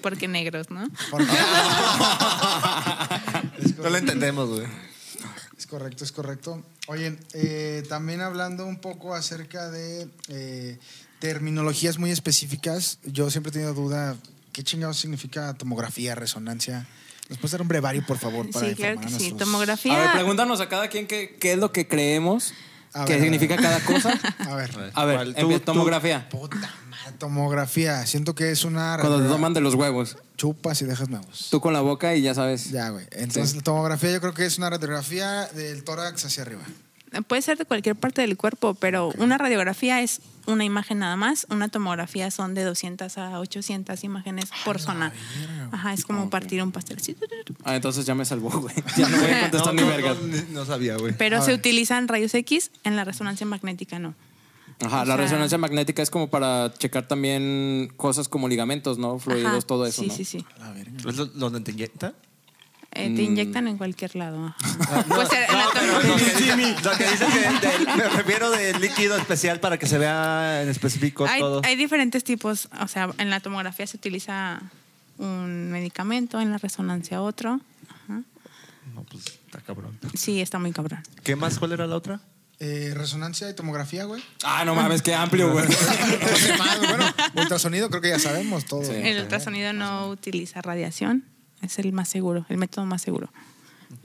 [SPEAKER 5] Porque negros, ¿no?
[SPEAKER 2] ¿por qué?
[SPEAKER 4] No la entendemos, güey.
[SPEAKER 2] Es correcto, es correcto. Oye, eh, también hablando un poco acerca de eh, terminologías muy específicas, yo siempre he tenido duda, ¿qué chingados significa tomografía, resonancia? ¿Nos puedes dar un brevario, por favor, para
[SPEAKER 5] Sí, claro
[SPEAKER 2] informar a
[SPEAKER 5] que
[SPEAKER 2] nuestros-
[SPEAKER 3] A
[SPEAKER 5] sí.
[SPEAKER 3] ver,
[SPEAKER 5] Tomografía.
[SPEAKER 3] pregúntanos a cada quien qué, qué es lo que creemos
[SPEAKER 2] A
[SPEAKER 3] que
[SPEAKER 2] ver, a
[SPEAKER 3] significa
[SPEAKER 2] ver.
[SPEAKER 3] cada cosa.
[SPEAKER 2] A ver,
[SPEAKER 3] A ver,
[SPEAKER 4] ¿Cuál? Tú,
[SPEAKER 3] empie-
[SPEAKER 4] tú.
[SPEAKER 3] tomografía.
[SPEAKER 2] puta madre, tomografía. Siento que es una...
[SPEAKER 3] Cuando te toman de los huevos.
[SPEAKER 2] Chupas y dejas nuevos.
[SPEAKER 3] Tú con la boca y ya sabes.
[SPEAKER 2] Ya, güey. Entonces,
[SPEAKER 3] Sí.
[SPEAKER 2] la tomografía yo creo que es una radiografía del tórax hacia arriba.
[SPEAKER 5] Puede ser de cualquier parte del cuerpo, pero una radiografía es una imagen nada más. Una tomografía son de 200 a 800 imágenes por zona. Ajá, es como partir un pastel. así.
[SPEAKER 3] Ah, entonces ya me salvó, güey. Ya no voy a contestar
[SPEAKER 4] No,
[SPEAKER 3] ni
[SPEAKER 4] no,
[SPEAKER 3] verga.
[SPEAKER 4] no, ni- no sabía, güey.
[SPEAKER 5] Pero se utilizan rayos X en la resonancia magnética, no.
[SPEAKER 3] Ajá,
[SPEAKER 5] O
[SPEAKER 3] la
[SPEAKER 5] sea-
[SPEAKER 3] resonancia magnética es como para checar también cosas como ligamentos, ¿no? Fluidos,
[SPEAKER 5] Ajá,
[SPEAKER 3] todo eso,
[SPEAKER 5] Sí,
[SPEAKER 3] ¿no?
[SPEAKER 5] sí, sí.
[SPEAKER 2] A ver.
[SPEAKER 4] ¿Es lo- donde te inyecta?
[SPEAKER 5] Eh,
[SPEAKER 3] Mm.
[SPEAKER 5] te inyectan en cualquier lado. ajá.
[SPEAKER 3] Ah,
[SPEAKER 5] Puede ser en la
[SPEAKER 4] pero
[SPEAKER 5] tomo-
[SPEAKER 4] lo que dice- lo que dice que del- me refiero del líquido especial para que se vea en específico
[SPEAKER 5] hay,
[SPEAKER 4] todo.
[SPEAKER 5] hay diferentes tipos. O sea, en la tomografía se utiliza un medicamento, en la resonancia otro. Ajá.
[SPEAKER 4] No, pues está cabrón.
[SPEAKER 5] Sí, está muy cabrón.
[SPEAKER 4] ¿Qué más? ¿Cuál era la otra?
[SPEAKER 2] Eh, resonancia y tomografía, güey.
[SPEAKER 3] Ah, no mames, qué amplio, güey.
[SPEAKER 2] No sé más, bueno, ultrasonido creo que ya sabemos todo.
[SPEAKER 3] Sí.
[SPEAKER 5] El ultrasonido no utiliza radiación, es el más seguro, el método más seguro.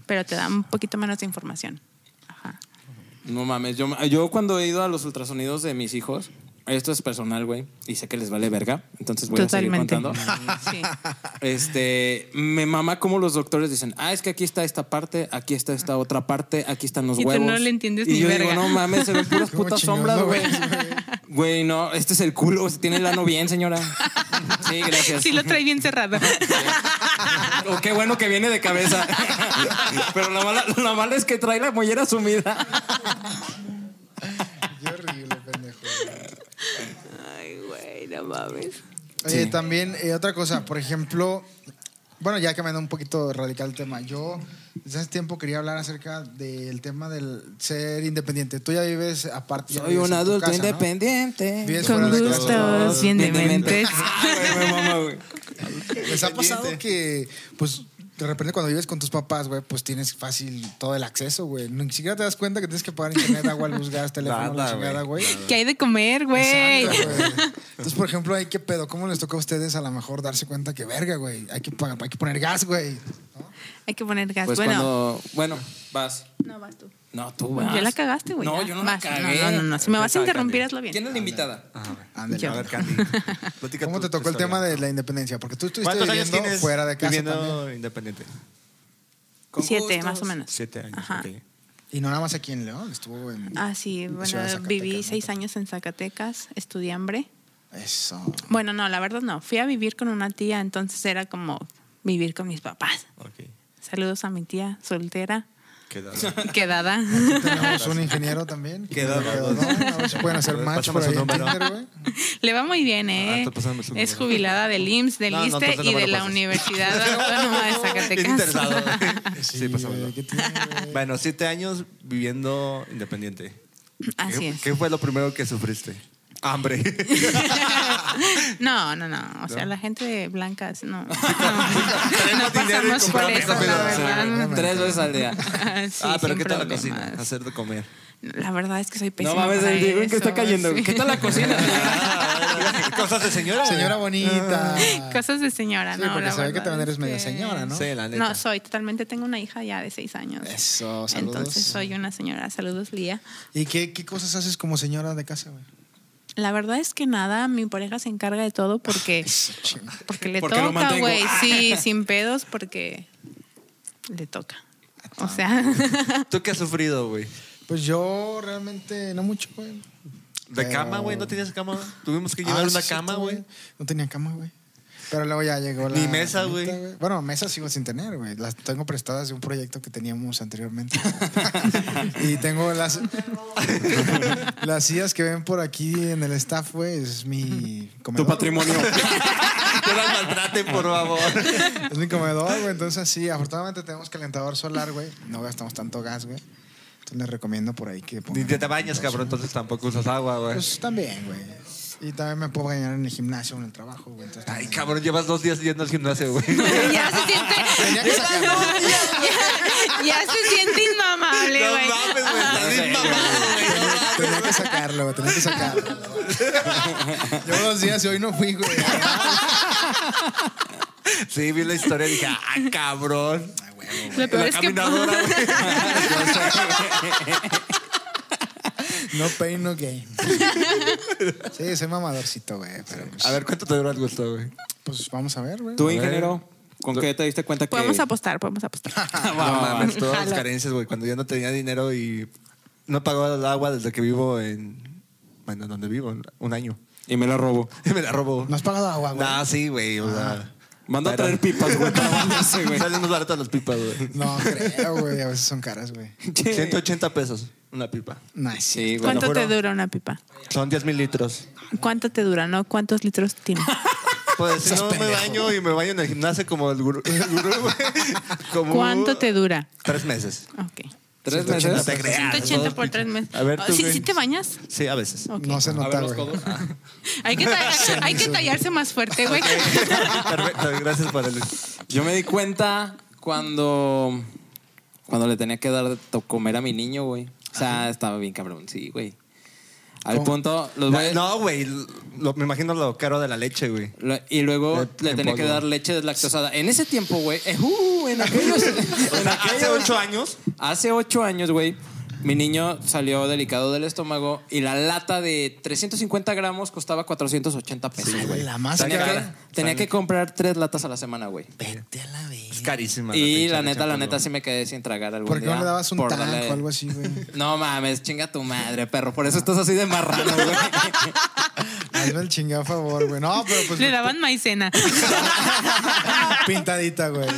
[SPEAKER 5] Pero te da un poquito menos de información. Ajá.
[SPEAKER 3] No mames, yo, yo cuando he ido a los ultrasonidos de mis hijos, esto es personal, güey, y sé que les vale verga, entonces voy
[SPEAKER 5] Totalmente.
[SPEAKER 3] a seguir contando.
[SPEAKER 5] Sí.
[SPEAKER 3] Este, me mama como los doctores dicen, ah, es que aquí está esta parte, aquí está esta otra parte, aquí están los
[SPEAKER 5] Y tú
[SPEAKER 3] huevos.
[SPEAKER 5] no le entiendes
[SPEAKER 3] y
[SPEAKER 5] ni
[SPEAKER 3] yo
[SPEAKER 5] verga.
[SPEAKER 3] digo, no mames, se ven puras
[SPEAKER 2] Como
[SPEAKER 3] putas
[SPEAKER 2] chingón,
[SPEAKER 3] sombras,
[SPEAKER 2] ¿no,
[SPEAKER 3] güey.
[SPEAKER 2] güey?
[SPEAKER 3] Güey, no, este es el culo, tiene el ano bien, señora. Sí, gracias.
[SPEAKER 5] Sí, lo trae bien cerrado.
[SPEAKER 3] O qué bueno que viene de cabeza. Pero lo malo, lo malo es que trae la mollera sumida.
[SPEAKER 2] Qué horrible, pendejo.
[SPEAKER 5] Ay, güey, no mames.
[SPEAKER 2] Oye, también eh, otra cosa, por ejemplo, bueno, ya que me da un poquito radical el tema, yo desde hace tiempo quería hablar acerca del tema del ser independiente. Tú ya vives aparte. ya
[SPEAKER 3] Soy
[SPEAKER 2] vives
[SPEAKER 3] un
[SPEAKER 2] en tu
[SPEAKER 3] adulto
[SPEAKER 2] casa, ¿no?
[SPEAKER 3] independiente.
[SPEAKER 2] Vives
[SPEAKER 5] Con
[SPEAKER 2] fuera de
[SPEAKER 5] gustos,
[SPEAKER 2] casa.
[SPEAKER 5] bien de mentes.
[SPEAKER 3] Ah, güey, me mama, güey.
[SPEAKER 2] ¿Les ha pasado que, pues, de repente cuando vives con tus papás, güey, pues tienes fácil todo el acceso, güey? Ni siquiera te das cuenta que tienes que pagar internet, agua, luz, gas, teléfono, la
[SPEAKER 4] Nada,
[SPEAKER 2] chingada, güey.
[SPEAKER 5] ¿Qué hay de comer, güey?
[SPEAKER 2] Exacto, güey. Entonces, por ejemplo, hay que pedo, ¿cómo les toca a ustedes a lo mejor darse cuenta que verga, güey? Hay que, pagar- hay que poner gas, güey.
[SPEAKER 5] Hay que poner gas.
[SPEAKER 3] Pues
[SPEAKER 5] Ah, bueno,
[SPEAKER 3] cuando. Bueno, vas.
[SPEAKER 5] no vas tú.
[SPEAKER 3] No, tú vas.
[SPEAKER 5] Ya la cagaste, güey.
[SPEAKER 3] No,
[SPEAKER 5] ya.
[SPEAKER 3] yo no
[SPEAKER 5] Vas.
[SPEAKER 3] la cagué.
[SPEAKER 5] No, no, no, no. Si me vas a
[SPEAKER 4] Cállate.
[SPEAKER 5] interrumpir, hazlo bien.
[SPEAKER 3] ¿Quién es la invitada?
[SPEAKER 2] Ándale.
[SPEAKER 5] Yo.
[SPEAKER 4] A ver, Candy. platica
[SPEAKER 2] ¿Cómo
[SPEAKER 4] tu-
[SPEAKER 2] te tocó
[SPEAKER 4] tu
[SPEAKER 2] el tema
[SPEAKER 4] historia.
[SPEAKER 2] de la independencia? Porque tú estuviste
[SPEAKER 4] ¿Cuántos años
[SPEAKER 2] viviendo
[SPEAKER 4] tienes
[SPEAKER 2] fuera de casa
[SPEAKER 4] viviendo
[SPEAKER 2] también.
[SPEAKER 4] independiente?
[SPEAKER 3] Con
[SPEAKER 5] Siete,
[SPEAKER 3] gustos.
[SPEAKER 5] más o menos.
[SPEAKER 4] Siete años,
[SPEAKER 5] Ajá.
[SPEAKER 4] ok.
[SPEAKER 2] Y no nada más aquí en León, estuvo en...
[SPEAKER 5] Ah, sí,
[SPEAKER 2] en
[SPEAKER 5] bueno,
[SPEAKER 2] Ciudad de Zacatecas,
[SPEAKER 5] viví
[SPEAKER 2] ¿no?
[SPEAKER 5] seis años en Zacatecas, estudié hambre.
[SPEAKER 2] Eso.
[SPEAKER 5] Bueno, no, la verdad no. Fui a vivir con una tía, entonces era como vivir con mis papás.
[SPEAKER 4] Ok.
[SPEAKER 5] Saludos a mi tía soltera. Quedada.
[SPEAKER 2] Tenemos un ingeniero también.
[SPEAKER 4] Quedado.
[SPEAKER 2] Quedadón. A ver si pueden hacer
[SPEAKER 4] A ver,
[SPEAKER 2] match
[SPEAKER 4] pásame
[SPEAKER 2] por
[SPEAKER 4] su
[SPEAKER 2] ahí en
[SPEAKER 4] número.
[SPEAKER 2] Tinder, güey.
[SPEAKER 5] Le va muy bien,
[SPEAKER 4] Ah,
[SPEAKER 5] ¿eh?
[SPEAKER 4] tú pásame su
[SPEAKER 5] es
[SPEAKER 4] número.
[SPEAKER 5] jubilada del IMSS, del
[SPEAKER 4] No, no,
[SPEAKER 5] ISTE
[SPEAKER 4] entonces no
[SPEAKER 5] E y
[SPEAKER 4] me
[SPEAKER 5] de
[SPEAKER 4] lo
[SPEAKER 5] la
[SPEAKER 4] pases.
[SPEAKER 5] Universidad Autónoma de Zacatecas.
[SPEAKER 4] Bien interesado. Sí,
[SPEAKER 2] Sí,
[SPEAKER 4] pásamelo.
[SPEAKER 2] güey, ¿qué tiene, güey?
[SPEAKER 4] Bueno, siete años viviendo independiente.
[SPEAKER 5] Así
[SPEAKER 4] ¿Qué,
[SPEAKER 5] es.
[SPEAKER 4] qué fue lo primero que sufriste? Hambre.
[SPEAKER 5] No, no, no. O sea, la gente blanca no. No,
[SPEAKER 4] Tenemos dinero y
[SPEAKER 5] pasamos por
[SPEAKER 4] compramos
[SPEAKER 5] eso,
[SPEAKER 4] comida.
[SPEAKER 5] la verdad.
[SPEAKER 3] Tres veces al día.
[SPEAKER 5] Sí,
[SPEAKER 4] ah, pero
[SPEAKER 5] sin
[SPEAKER 4] ¿qué tal la
[SPEAKER 5] problemas.
[SPEAKER 4] cocina? Hacer de comer.
[SPEAKER 5] La verdad es que soy pésima.
[SPEAKER 3] No mames,
[SPEAKER 5] para
[SPEAKER 3] el Diego
[SPEAKER 5] eso,
[SPEAKER 3] que está cayendo.
[SPEAKER 5] sí.
[SPEAKER 3] ¿Qué tal la cocina?
[SPEAKER 4] Ah, Cosas de señora. güey.
[SPEAKER 2] Señora
[SPEAKER 4] Ah.
[SPEAKER 2] bonita.
[SPEAKER 5] Cosas de señora,
[SPEAKER 2] Sí,
[SPEAKER 5] ¿no?
[SPEAKER 2] porque
[SPEAKER 5] la
[SPEAKER 2] se ve que
[SPEAKER 5] verdad
[SPEAKER 2] también
[SPEAKER 5] es
[SPEAKER 2] eres medio
[SPEAKER 5] que-
[SPEAKER 2] señora, ¿no?
[SPEAKER 4] Sí, la neta.
[SPEAKER 5] No, soy totalmente. Tengo una hija ya de seis años.
[SPEAKER 2] Eso, saludos.
[SPEAKER 5] Entonces soy una señora. Saludos, Lía.
[SPEAKER 2] ¿Y qué, qué cosas haces como señora de casa, güey?
[SPEAKER 5] La verdad es que nada, mi pareja se encarga de todo
[SPEAKER 4] Ah,
[SPEAKER 5] porque,
[SPEAKER 2] Chinga.
[SPEAKER 5] porque le
[SPEAKER 3] Porque lo
[SPEAKER 5] toca,
[SPEAKER 3] mantengo.
[SPEAKER 5] güey. Sí, sin pedos, porque le toca. O sea,
[SPEAKER 4] ¿Tú qué has sufrido, güey?
[SPEAKER 2] Pues yo realmente no mucho, güey.
[SPEAKER 4] ¿De
[SPEAKER 2] Pero-
[SPEAKER 4] cama, güey? ¿No tenías cama? Tuvimos que llevar
[SPEAKER 2] Ah, sí,
[SPEAKER 4] una
[SPEAKER 2] es
[SPEAKER 4] cama,
[SPEAKER 2] cierto,
[SPEAKER 4] güey.
[SPEAKER 2] No tenía cama, güey. Pero luego ya llegó la.
[SPEAKER 4] Ni mesa, güey.
[SPEAKER 2] camita, Bueno, mesa sigo sin tener, güey. Las tengo prestadas de un proyecto que teníamos anteriormente. y tengo las. las sillas que ven por aquí en el staff, güey. Es mi
[SPEAKER 3] Tu
[SPEAKER 2] comedor.
[SPEAKER 3] patrimonio.
[SPEAKER 4] No las maltraten, por favor.
[SPEAKER 2] Es mi comedor, güey. Entonces, sí, afortunadamente tenemos calentador solar, güey. No gastamos tanto gas, güey. Entonces, les recomiendo por ahí que
[SPEAKER 4] Ni
[SPEAKER 2] pongan
[SPEAKER 4] te, te bañas, cabrón, entonces tampoco usas agua, güey.
[SPEAKER 2] Pues también, güey. Y también me puedo bañar en el gimnasio o en el trabajo, güey. Entonces,
[SPEAKER 4] Ay,
[SPEAKER 2] también-
[SPEAKER 4] cabrón, llevas dos días yendo al gimnasio, güey.
[SPEAKER 5] ya se siente.
[SPEAKER 2] Tenía que sacarlo.
[SPEAKER 5] ya, ya se siente inmamable,
[SPEAKER 4] No
[SPEAKER 5] güey.
[SPEAKER 4] mames, güey, estás bien mamado, güey. no mames.
[SPEAKER 2] Tenía que sacarlo, güey. Tenía que sacarlo. Llevo dos días y hoy no fui, güey.
[SPEAKER 4] Sí, vi la historia y dije, ah, cabrón.
[SPEAKER 5] Lo peor
[SPEAKER 4] La
[SPEAKER 5] es que.
[SPEAKER 4] caminadora, güey.
[SPEAKER 2] No pain, no gain. Sí, soy mamadorcito, güey. Pero pues,
[SPEAKER 4] A ver, ¿cuánto te dura el gusto, güey?
[SPEAKER 2] pues vamos a ver, güey.
[SPEAKER 3] Tú, ingeniero, ¿con qué te diste cuenta que.?
[SPEAKER 5] Podemos apostar, podemos apostar.
[SPEAKER 3] Ah, va,
[SPEAKER 4] No
[SPEAKER 3] va, va.
[SPEAKER 4] mames, todas las carencias, güey. Cuando yo no tenía dinero y no pagaba el agua desde que vivo en. Bueno, donde vivo, un año.
[SPEAKER 3] Y me la robo.
[SPEAKER 4] Y me la robó.
[SPEAKER 2] ¿No has pagado agua, Ah. güey?
[SPEAKER 4] Nah, sí, güey. O sea.
[SPEAKER 3] Manda a
[SPEAKER 4] Pero-
[SPEAKER 3] traer pipas, güey, para bañarse, güey.
[SPEAKER 4] Salen más baratas las pipas, güey.
[SPEAKER 2] No, creo, güey. A veces son caras, güey.
[SPEAKER 4] 180 pesos una pipa.
[SPEAKER 2] Nice.
[SPEAKER 3] Sí, güey.
[SPEAKER 5] ¿Cuánto te
[SPEAKER 4] juro.
[SPEAKER 5] dura una pipa?
[SPEAKER 4] Son 10 mil litros.
[SPEAKER 5] ¿Cuánto te dura, no? ¿Cuántos litros tiene?
[SPEAKER 4] Pues si no me baño y me baño en el gimnasio como el gurú, el gurú, güey. Como
[SPEAKER 5] ¿Cuánto te dura?
[SPEAKER 4] Tres meses.
[SPEAKER 5] Ok.
[SPEAKER 3] ¿Tres
[SPEAKER 2] 180
[SPEAKER 3] meses?
[SPEAKER 4] te creas.
[SPEAKER 5] 180 por tres meses.
[SPEAKER 4] A ver,
[SPEAKER 5] Ah,
[SPEAKER 4] tú,
[SPEAKER 5] ¿Sí,
[SPEAKER 4] güey.
[SPEAKER 5] sí te bañas?
[SPEAKER 4] Sí, a veces.
[SPEAKER 5] Ok.
[SPEAKER 2] No se
[SPEAKER 3] A ver
[SPEAKER 2] nota,
[SPEAKER 3] los
[SPEAKER 2] güey.
[SPEAKER 3] codos. Ah.
[SPEAKER 5] Hay que, ta- hay que tallarse más fuerte, güey.
[SPEAKER 4] Perfecto, gracias por el...
[SPEAKER 3] Yo me di cuenta cuando. Cuando le tenía que dar de to- comer a mi niño, güey. O sea, estaba bien cabrón, sí, güey. Al
[SPEAKER 2] ¿Cómo?
[SPEAKER 3] punto. Los güeyes-
[SPEAKER 4] No, güey, lo- me imagino lo caro de la leche, güey.
[SPEAKER 3] Lo- Y luego
[SPEAKER 4] En-
[SPEAKER 3] le
[SPEAKER 4] en
[SPEAKER 3] tenía que
[SPEAKER 4] polvo.
[SPEAKER 3] dar leche deslactosada. En ese tiempo, güey. eh, uh, en aquellos. en
[SPEAKER 4] Hace
[SPEAKER 3] aquellos-
[SPEAKER 4] ocho años.
[SPEAKER 3] Hace ocho años, güey, mi niño salió delicado del estómago y la lata de 350 gramos costaba 480 pesos, güey.
[SPEAKER 2] La más
[SPEAKER 4] Sale
[SPEAKER 3] tenía que,
[SPEAKER 4] cara.
[SPEAKER 3] tenía
[SPEAKER 4] Sale.
[SPEAKER 3] que comprar tres latas a la semana, güey.
[SPEAKER 2] Vete a la vez.
[SPEAKER 4] Es carísima.
[SPEAKER 3] Y
[SPEAKER 4] pinche
[SPEAKER 3] la
[SPEAKER 4] leche
[SPEAKER 3] neta,
[SPEAKER 4] en
[SPEAKER 3] la
[SPEAKER 4] polvo.
[SPEAKER 3] neta, sí me quedé sin tragar algún
[SPEAKER 2] ¿Por qué
[SPEAKER 3] día
[SPEAKER 2] no le dabas un
[SPEAKER 3] por
[SPEAKER 2] taco
[SPEAKER 3] darle-
[SPEAKER 2] o algo así, güey?
[SPEAKER 3] No mames, chinga tu madre, perro. Por eso estás así de marrano, güey.
[SPEAKER 2] Hazme el chingado favor, güey. No, pero pues.
[SPEAKER 5] Le daban maicena.
[SPEAKER 2] Pintadita, güey.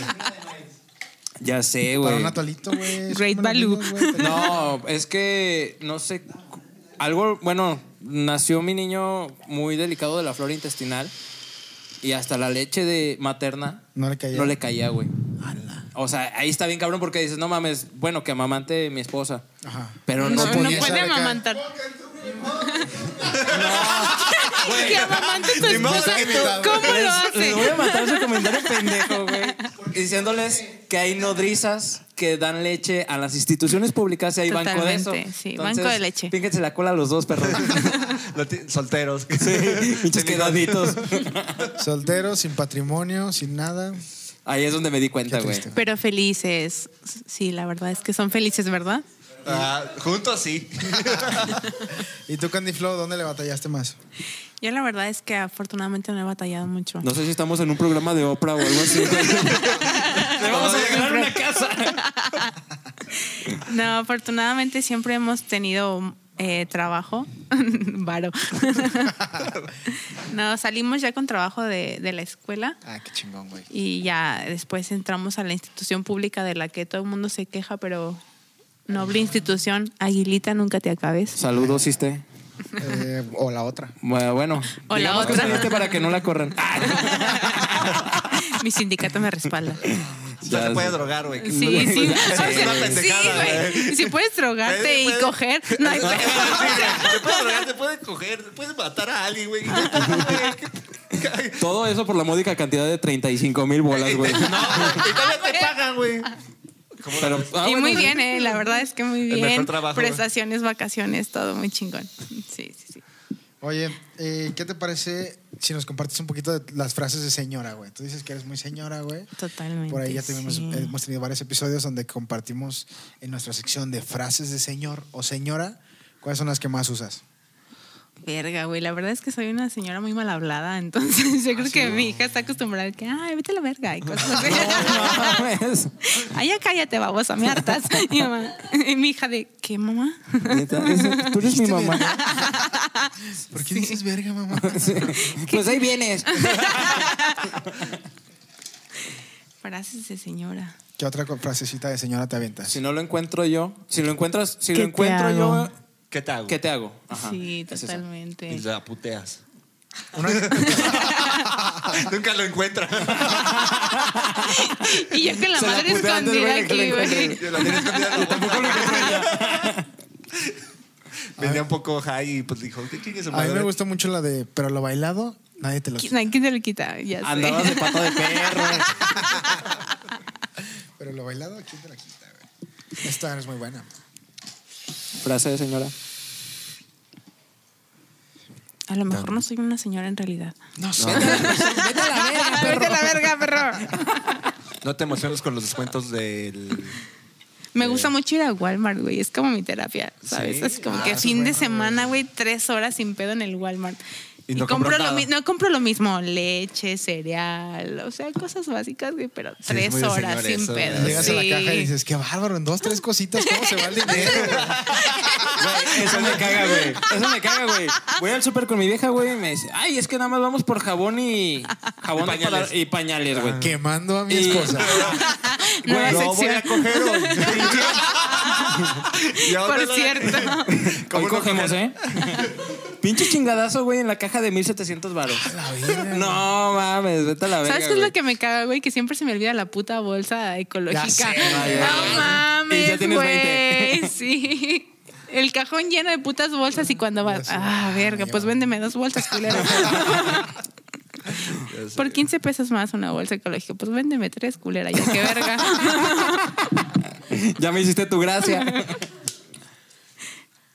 [SPEAKER 3] ya sé,
[SPEAKER 2] Para
[SPEAKER 3] güey.
[SPEAKER 2] un atolito, güey. Es
[SPEAKER 5] Great
[SPEAKER 2] como los
[SPEAKER 5] value.
[SPEAKER 2] niños, güey, te-
[SPEAKER 3] No, es que no sé. cu- Algo, bueno, nació mi niño muy delicado de la flora intestinal y hasta la leche de materna
[SPEAKER 2] No le caía.
[SPEAKER 3] No le caía, güey. O sea, ahí está bien cabrón porque dices, no mames, bueno, que amamante mi esposa.
[SPEAKER 2] Ajá.
[SPEAKER 3] Pero no,
[SPEAKER 5] No, no
[SPEAKER 3] podía.
[SPEAKER 5] puede
[SPEAKER 2] estar acá.
[SPEAKER 5] amamantar. Que amamante tu
[SPEAKER 4] Ni modo,
[SPEAKER 5] esposa.
[SPEAKER 4] invitado.
[SPEAKER 5] ¿Cómo lo
[SPEAKER 3] Les- les voy
[SPEAKER 5] hace?
[SPEAKER 3] a matar su comentario pendejo, güey. Diciéndoles que hay nodrizas que dan leche a las instituciones públicas y hay banco de eso.
[SPEAKER 5] Totalmente, sí, banco de leche.
[SPEAKER 3] Pínquense la cola a los dos, perros.
[SPEAKER 4] Lo ti- solteros.
[SPEAKER 3] Sí, pinches quedaditos.
[SPEAKER 2] Soltero, sin patrimonio, sin nada.
[SPEAKER 3] Ahí es donde me di cuenta,
[SPEAKER 2] Qué
[SPEAKER 3] güey.
[SPEAKER 2] triste.
[SPEAKER 5] Pero felices. Sí, la verdad es que son felices, ¿verdad?
[SPEAKER 4] Ah, juntos sí.
[SPEAKER 2] ¿Y tú, Candy Flow, dónde le batallaste más?
[SPEAKER 5] Yo la verdad es que afortunadamente no he batallado mucho.
[SPEAKER 3] No sé si estamos en un programa de Oprah o algo así. Le vamos a regalar una casa.
[SPEAKER 5] No, afortunadamente siempre hemos tenido eh, trabajo. Varo. no, salimos ya con trabajo de, de la escuela
[SPEAKER 2] Ah, qué chingón, güey.
[SPEAKER 5] y ya después entramos a la institución pública de la que todo el mundo se queja, pero Noble institución, Aguilita, nunca te acabes.
[SPEAKER 3] Saludos, Siste.
[SPEAKER 2] Eh, o la otra.
[SPEAKER 3] Bueno, bueno
[SPEAKER 5] O la
[SPEAKER 3] digamos que
[SPEAKER 5] otra.
[SPEAKER 3] saliste para que no la corran. Ah.
[SPEAKER 5] Mi sindicato me respalda.
[SPEAKER 4] Ya se puede drogar, güey.
[SPEAKER 5] Sí, sí.
[SPEAKER 4] Es una pendejada, güey.
[SPEAKER 5] Sí, güey. Si puedes drogarte y
[SPEAKER 4] Puedes-
[SPEAKER 5] coger, no hay
[SPEAKER 4] Sí,
[SPEAKER 5] pedo.
[SPEAKER 4] güey, Te puede drogar, te puede coger, te puede matar a alguien, güey.
[SPEAKER 3] Todo eso por la módica cantidad de 35 mil bolas, güey.
[SPEAKER 4] No, güey, y todavía te pagan, güey.
[SPEAKER 3] Pero, ah,
[SPEAKER 5] Y
[SPEAKER 3] bueno,
[SPEAKER 5] muy bien, ¿eh? La verdad es que muy
[SPEAKER 4] El
[SPEAKER 5] bien.
[SPEAKER 4] mejor trabajo, güey.
[SPEAKER 5] Prestaciones, vacaciones, todo muy chingón. Sí, sí, sí.
[SPEAKER 2] Oye, eh, ¿qué te parece si nos compartes un poquito de las frases de señora, güey? Tú dices que eres muy señora, güey.
[SPEAKER 5] Totalmente.
[SPEAKER 2] Por ahí ya tuvimos, eh,
[SPEAKER 5] sí.
[SPEAKER 2] hemos tenido varios episodios donde compartimos en nuestra sección de frases de señor o señora, ¿cuáles son las que más usas?
[SPEAKER 5] Verga, güey. La verdad es que soy una señora muy mal hablada. Entonces, yo creo que mi hija está acostumbrada a que, ay, vete a la verga y cosas así.
[SPEAKER 3] Ah, no mames.
[SPEAKER 5] Ay, ya cállate, babosa, me hartas. Y, mamá- y mi hija de, ¿qué, mamá?
[SPEAKER 3] Neta, es- Tú eres mi
[SPEAKER 2] ¿Dijiste
[SPEAKER 3] mamá.
[SPEAKER 2] verga? ¿Por qué dices verga, mamá?
[SPEAKER 3] Sí. Pues ahí vienes.
[SPEAKER 5] Frases de señora.
[SPEAKER 2] ¿Qué otra co- frasecita de señora te aventas?
[SPEAKER 3] Si no lo encuentro yo, si lo encuentras, si lo
[SPEAKER 5] ¿Qué te
[SPEAKER 3] encuentro yo,
[SPEAKER 5] hago?
[SPEAKER 4] ¿Qué te hago?
[SPEAKER 3] ¿qué te hago? Ajá,
[SPEAKER 5] sí,
[SPEAKER 3] es esa.
[SPEAKER 5] totalmente.
[SPEAKER 4] Y la puteas.
[SPEAKER 2] Una-
[SPEAKER 4] Nunca lo encuentra.
[SPEAKER 5] Y yo con Ah, la
[SPEAKER 3] Se la
[SPEAKER 5] madre
[SPEAKER 3] puse antes,
[SPEAKER 5] escondida
[SPEAKER 3] güey, de que
[SPEAKER 5] aquí,
[SPEAKER 3] la
[SPEAKER 5] güey.
[SPEAKER 3] encuentre.
[SPEAKER 4] Yo la tenía escondida en la boca. Venía un poco high y pues dijo, ¿qué chingue su
[SPEAKER 2] A
[SPEAKER 4] madre?
[SPEAKER 2] mí me gusta mucho la de, pero lo bailado, nadie te lo
[SPEAKER 5] ¿Qui- no, ¿Quién se lo quita? Ya sé.
[SPEAKER 3] Andabas de pato de perro.
[SPEAKER 2] Pero lo bailado, ¿quién te la quita, güey? Esta es muy buena.
[SPEAKER 3] Frase de señora.
[SPEAKER 5] A lo mejor no soy una señora en realidad.
[SPEAKER 2] No sé.
[SPEAKER 5] Vete a la verga, perro. Vete a la verga, perro.
[SPEAKER 4] No te emociones con los descuentos del...
[SPEAKER 5] Me gusta mucho ir a Walmart, güey. Es como mi terapia, ¿sabes?
[SPEAKER 4] Sí.
[SPEAKER 5] Así como
[SPEAKER 2] Ah,
[SPEAKER 5] que
[SPEAKER 2] eso
[SPEAKER 5] fin
[SPEAKER 2] es bueno,
[SPEAKER 5] de semana, güey, tres horas sin pedo en el Walmart.
[SPEAKER 4] Y
[SPEAKER 5] Y,
[SPEAKER 4] no
[SPEAKER 5] compro
[SPEAKER 4] compras
[SPEAKER 5] lo
[SPEAKER 4] nada.
[SPEAKER 5] mi- no compro lo mismo, leche, cereal, o sea, cosas básicas, güey, pero
[SPEAKER 4] es
[SPEAKER 5] tres
[SPEAKER 4] muy de
[SPEAKER 5] horas
[SPEAKER 4] señora
[SPEAKER 5] sin
[SPEAKER 4] eso,
[SPEAKER 5] pedo.
[SPEAKER 4] güey.
[SPEAKER 2] Llegas a
[SPEAKER 5] sí.
[SPEAKER 2] la caja y dices, qué bárbaro, en dos, tres cositas, ¿cómo se va el dinero? güey?"
[SPEAKER 3] Eso me caga, güey. Eso me caga, güey. Voy al súper con mi vieja, güey, y me dice, ay, es que nada más vamos por jabón y jabón de
[SPEAKER 4] pañales.
[SPEAKER 3] para- y pañales, güey.
[SPEAKER 2] Quemando a mi
[SPEAKER 3] Y-
[SPEAKER 2] esposa.
[SPEAKER 5] Nueva
[SPEAKER 4] Güey, no voy
[SPEAKER 5] sección.
[SPEAKER 4] a coger hoy. Y ahora
[SPEAKER 5] Por
[SPEAKER 4] la-
[SPEAKER 5] cierto.
[SPEAKER 3] Hoy
[SPEAKER 4] ¿Cómo no
[SPEAKER 3] cogemos,
[SPEAKER 4] coger?
[SPEAKER 3] ¿eh? Pinche chingadazo, güey, en la caja de 1700 varos.
[SPEAKER 2] La verga.
[SPEAKER 3] No mames, vete a la verga.
[SPEAKER 5] ¿Sabes qué es
[SPEAKER 3] güey.
[SPEAKER 5] lo que me caga, güey? Que siempre se me olvida la puta bolsa ecológica.
[SPEAKER 2] Ya sé, güey.
[SPEAKER 5] no mames,
[SPEAKER 3] Y ya tienes 20.
[SPEAKER 5] güey. Sí. El cajón lleno de putas bolsas y cuando vas, ah, verga, pues véndeme dos bolsas, culero. Por 15 pesos más una bolsa ecológica, pues véndeme tres, culera, ya que verga.
[SPEAKER 3] Ya me hiciste tu gracia.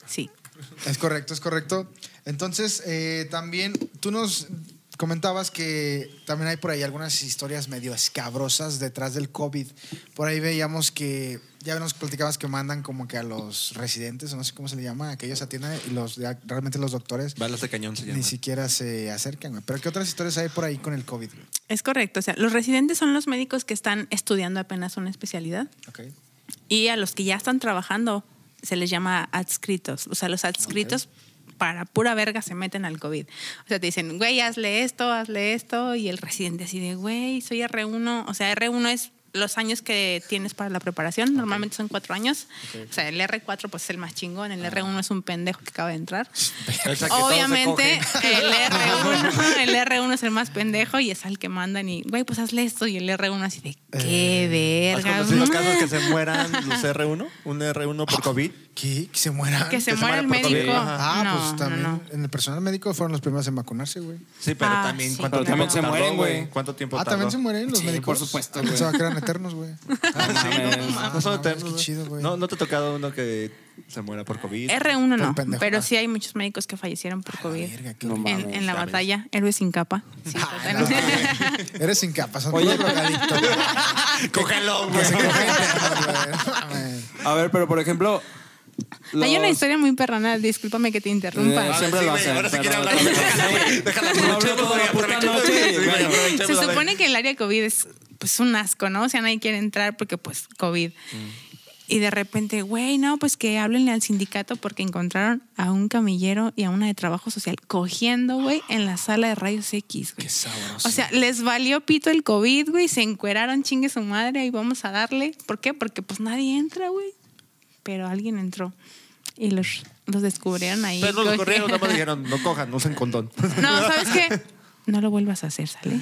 [SPEAKER 5] Sí.
[SPEAKER 2] Es correcto, es correcto. Entonces, eh, también tú nos comentabas que también hay por ahí algunas historias medio escabrosas detrás del COVID. Por ahí veíamos que, ya nos platicabas que mandan como que a los residentes, o no sé cómo se le llama, a que ellos atienden y los, ya realmente los doctores
[SPEAKER 4] Balas de cañón se llama.
[SPEAKER 2] ni siquiera se acercan. güey. Pero ¿qué otras historias hay por ahí con el COVID? güey?
[SPEAKER 5] Es correcto. O sea, los residentes son los médicos que están estudiando apenas una especialidad.
[SPEAKER 2] Ok.
[SPEAKER 5] Y a los que ya están trabajando se les llama adscritos. O sea, los adscritos para pura verga se meten al COVID. O sea, te dicen, güey, hazle esto, hazle esto. Y el residente así de, güey, soy R1. O sea, R1 es los años que tienes para la preparación. Normalmente son cuatro años. O sea, el R4 pues es el más chingón. El R1 es un pendejo que acaba de entrar.
[SPEAKER 4] Ah. O sea, que todos se
[SPEAKER 5] Obviamente,
[SPEAKER 4] cogen.
[SPEAKER 5] el R1, el R1 es el más pendejo y es al que mandan y, güey, pues hazle esto. Y el R1 así de, qué
[SPEAKER 4] ¿Has
[SPEAKER 5] verga.
[SPEAKER 4] conocido
[SPEAKER 5] ma".
[SPEAKER 4] casos que se mueran los R1? ¿Un R1 por COVID?
[SPEAKER 2] ¿Qué? ¿Que se mueran?
[SPEAKER 5] Que se
[SPEAKER 4] Que se
[SPEAKER 5] muera el
[SPEAKER 4] muera por
[SPEAKER 5] médico.
[SPEAKER 4] COVID,
[SPEAKER 2] Ah,
[SPEAKER 5] No,
[SPEAKER 2] pues
[SPEAKER 5] no,
[SPEAKER 2] también.
[SPEAKER 5] no.
[SPEAKER 2] En el personal médico fueron los primeros en vacunarse, güey.
[SPEAKER 4] Sí, pero
[SPEAKER 5] Ah,
[SPEAKER 4] también
[SPEAKER 5] sí,
[SPEAKER 4] ¿cuánto
[SPEAKER 5] pero
[SPEAKER 4] tiempo
[SPEAKER 5] también se
[SPEAKER 4] tardó,
[SPEAKER 3] mueren, güey.
[SPEAKER 4] ¿Cuánto tiempo
[SPEAKER 2] Ah,
[SPEAKER 4] tardó?
[SPEAKER 2] también se mueren los
[SPEAKER 3] Sí,
[SPEAKER 2] médicos. Ah, pues,
[SPEAKER 3] por supuesto, güey.
[SPEAKER 2] Pensaba que eran eternos, güey.
[SPEAKER 4] Ah, sí,
[SPEAKER 3] mames.
[SPEAKER 4] no, no, no,
[SPEAKER 2] Ah,
[SPEAKER 4] solo
[SPEAKER 2] mames, qué
[SPEAKER 4] te-
[SPEAKER 2] chido, güey.
[SPEAKER 4] no, no te ha tocado uno que se muera por COVID.
[SPEAKER 5] R1
[SPEAKER 2] Por
[SPEAKER 5] no,
[SPEAKER 2] pendejo.
[SPEAKER 5] pero
[SPEAKER 2] Ah.
[SPEAKER 5] sí hay muchos médicos que fallecieron por COVID.
[SPEAKER 2] verga, qué
[SPEAKER 5] En- en,
[SPEAKER 3] horrible.
[SPEAKER 5] la
[SPEAKER 4] Ya ves.
[SPEAKER 5] batalla, héroes sin capa. Sí,
[SPEAKER 2] Ah,
[SPEAKER 5] totalmente.
[SPEAKER 2] Eres incapaz. Son
[SPEAKER 3] Oye,
[SPEAKER 2] Oye, drogadicto. güey.
[SPEAKER 4] Cógelo,
[SPEAKER 2] Que
[SPEAKER 4] güey.
[SPEAKER 2] se cogen eternos, güey. No mames.
[SPEAKER 3] A ver, pero por ejemplo.
[SPEAKER 5] Hay una
[SPEAKER 3] los-
[SPEAKER 5] historia muy perrona, discúlpame que te interrumpa.
[SPEAKER 3] Eh, siempre
[SPEAKER 4] sí,
[SPEAKER 3] lo
[SPEAKER 4] güey,
[SPEAKER 3] hacen.
[SPEAKER 4] ahora sí quiere
[SPEAKER 3] pero-
[SPEAKER 4] hablar.
[SPEAKER 3] Sí.
[SPEAKER 4] Déjala,
[SPEAKER 3] No hablo toda la puta noche,
[SPEAKER 4] Sí, güey,
[SPEAKER 3] bueno.
[SPEAKER 4] aprovechemos
[SPEAKER 5] Se
[SPEAKER 4] la-
[SPEAKER 5] supone que el área COVID es pues un asco, ¿no? O sea, nadie quiere entrar porque pues COVID.
[SPEAKER 4] Mm.
[SPEAKER 5] Y de repente, güey, no, pues que háblenle al sindicato porque encontraron a un camillero y a una de trabajo social cogiendo, güey, en la sala de rayos X, güey.
[SPEAKER 2] Qué sabroso.
[SPEAKER 5] O sea, les valió pito el COVID, güey, se encueraron, chingue su madre, ahí vamos a darle. ¿Por qué? Porque pues nadie entra, güey. pero alguien entró y los, los descubrieron ahí.
[SPEAKER 4] Pero no
[SPEAKER 5] Como
[SPEAKER 4] los
[SPEAKER 5] que-
[SPEAKER 4] corrieron, nada más dijeron, no cojan, no usen condón.
[SPEAKER 5] No, ¿sabes qué? No lo vuelvas a hacer, ¿sale?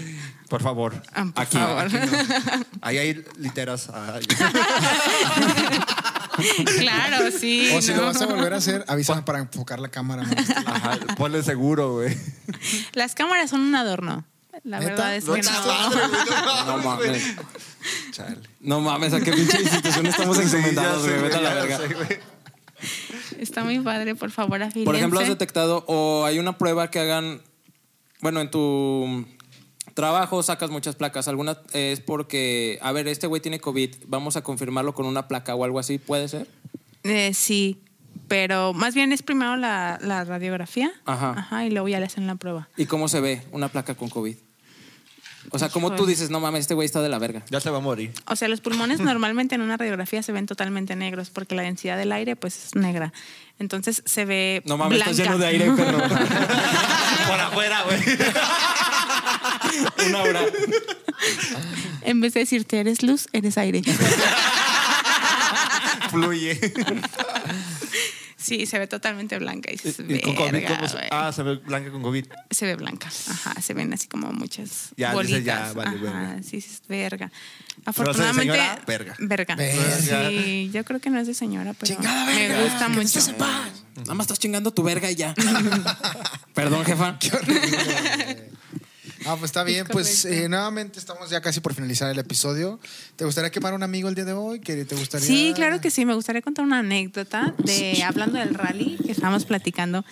[SPEAKER 4] Por favor.
[SPEAKER 5] Ah, por
[SPEAKER 4] aquí,
[SPEAKER 5] favor.
[SPEAKER 4] aquí no. Ahí hay literas. Ay.
[SPEAKER 5] claro, sí.
[SPEAKER 2] O si lo
[SPEAKER 5] ¿no?
[SPEAKER 2] vas a volver a hacer, avísame para enfocar la cámara. maestro.
[SPEAKER 4] Ajá, ponle seguro, güey.
[SPEAKER 5] Las cámaras son un adorno. La
[SPEAKER 2] ¿Neta?
[SPEAKER 5] verdad es que no.
[SPEAKER 3] No mames.
[SPEAKER 4] Chale.
[SPEAKER 3] No mames, a qué pinche institución estamos
[SPEAKER 4] Sí, ya
[SPEAKER 3] encomendados,
[SPEAKER 4] sé,
[SPEAKER 3] güey. Vete a la
[SPEAKER 4] ya
[SPEAKER 3] verga.
[SPEAKER 4] sé, güey.
[SPEAKER 5] Está muy padre, por favor, afílense.
[SPEAKER 3] Por ejemplo, has detectado o hay una prueba que hagan, bueno, en tu trabajo sacas muchas placas, alguna es porque, a ver, este güey tiene COVID, vamos a confirmarlo con una placa o algo así, ¿puede ser?
[SPEAKER 5] Eh, sí, pero más bien es primero la, la radiografía.
[SPEAKER 3] Ajá.
[SPEAKER 5] Y luego ya le hacen la prueba.
[SPEAKER 3] ¿Y cómo se ve una placa con COVID? O sea, ¿cómo tú
[SPEAKER 5] Híjole.
[SPEAKER 3] dices, no mames, este güey está de la verga?
[SPEAKER 4] Ya se va a morir.
[SPEAKER 5] O sea, los pulmones normalmente en una radiografía se ven totalmente negros porque la densidad del aire pues es negra. Entonces se ve
[SPEAKER 3] No mames,
[SPEAKER 5] blanca.
[SPEAKER 3] estás lleno de aire, perro.
[SPEAKER 4] Por afuera, güey.
[SPEAKER 3] una hora.
[SPEAKER 5] En vez de decirte eres luz, eres aire.
[SPEAKER 4] Fluye.
[SPEAKER 5] sí, se ve totalmente blanca. Y, dices,
[SPEAKER 4] Y con COVID,
[SPEAKER 5] "Verga,
[SPEAKER 4] ¿cómo se-
[SPEAKER 5] güey".
[SPEAKER 4] Ah, se ve blanca con COVID.
[SPEAKER 5] se ve blanca. Ajá, se ven así como muchas
[SPEAKER 4] Ya,
[SPEAKER 5] bolitas.
[SPEAKER 4] dices, ya, vale,
[SPEAKER 5] Ajá,
[SPEAKER 4] verga.
[SPEAKER 5] sí, sí, es verga.
[SPEAKER 4] Pero eso de
[SPEAKER 5] Afortunadamente,
[SPEAKER 4] señora, verga.
[SPEAKER 5] verga.
[SPEAKER 2] Verga.
[SPEAKER 5] Sí, yo creo que no es de señora, pero
[SPEAKER 2] Chingada verga.
[SPEAKER 5] me gusta
[SPEAKER 2] Que
[SPEAKER 5] mucho.
[SPEAKER 2] usted sepa.
[SPEAKER 3] Nada más estás chingando tu verga y ya. Perdón, jefa.
[SPEAKER 2] Ah, pues está bien. Pues eh, nuevamente estamos ya casi por finalizar el episodio. ¿Te gustaría quemar a un amigo el día de hoy? ¿Que te gustaría?
[SPEAKER 5] Sí, claro que sí. Me gustaría contar una anécdota de hablando del rally que estábamos platicando.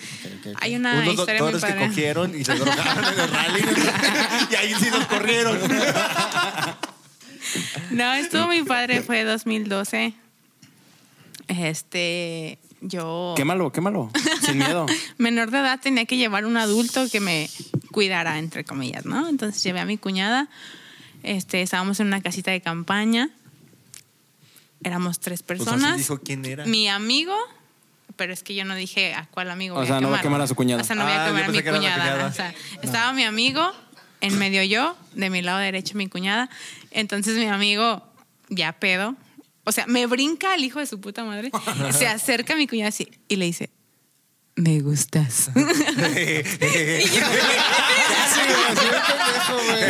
[SPEAKER 5] Hay una
[SPEAKER 4] Unos
[SPEAKER 5] historia muy
[SPEAKER 4] doctores que
[SPEAKER 5] padre.
[SPEAKER 4] cogieron y se drogaron en el rally. y ahí sí los corrieron.
[SPEAKER 5] No, estuvo muy padre. Fue 2012. Este, yo.
[SPEAKER 3] Quémalo, quémalo. Sin miedo.
[SPEAKER 5] menor de edad tenía que llevar un adulto que me cuidara, entre comillas, ¿no? Entonces llevé a mi cuñada, este, estábamos en una casita de campaña, éramos tres
[SPEAKER 4] Pues así
[SPEAKER 5] personas.
[SPEAKER 4] dijo quién era.
[SPEAKER 5] Mi amigo, pero es que yo no dije a cuál amigo.
[SPEAKER 3] O
[SPEAKER 5] voy
[SPEAKER 3] sea, no va a quemar a su cuñada.
[SPEAKER 5] O sea, no voy a
[SPEAKER 4] Ah, yo
[SPEAKER 5] quemar a
[SPEAKER 4] pensé
[SPEAKER 5] mi
[SPEAKER 4] que era la
[SPEAKER 5] cuñada.
[SPEAKER 4] cuñada.
[SPEAKER 5] O sea, estaba mi amigo, en medio yo, de mi lado derecho mi cuñada. Entonces mi amigo, ya pedo. O sea, me brinca el hijo de su puta madre. se acerca a mi cuñada así, y le dice, me gustas.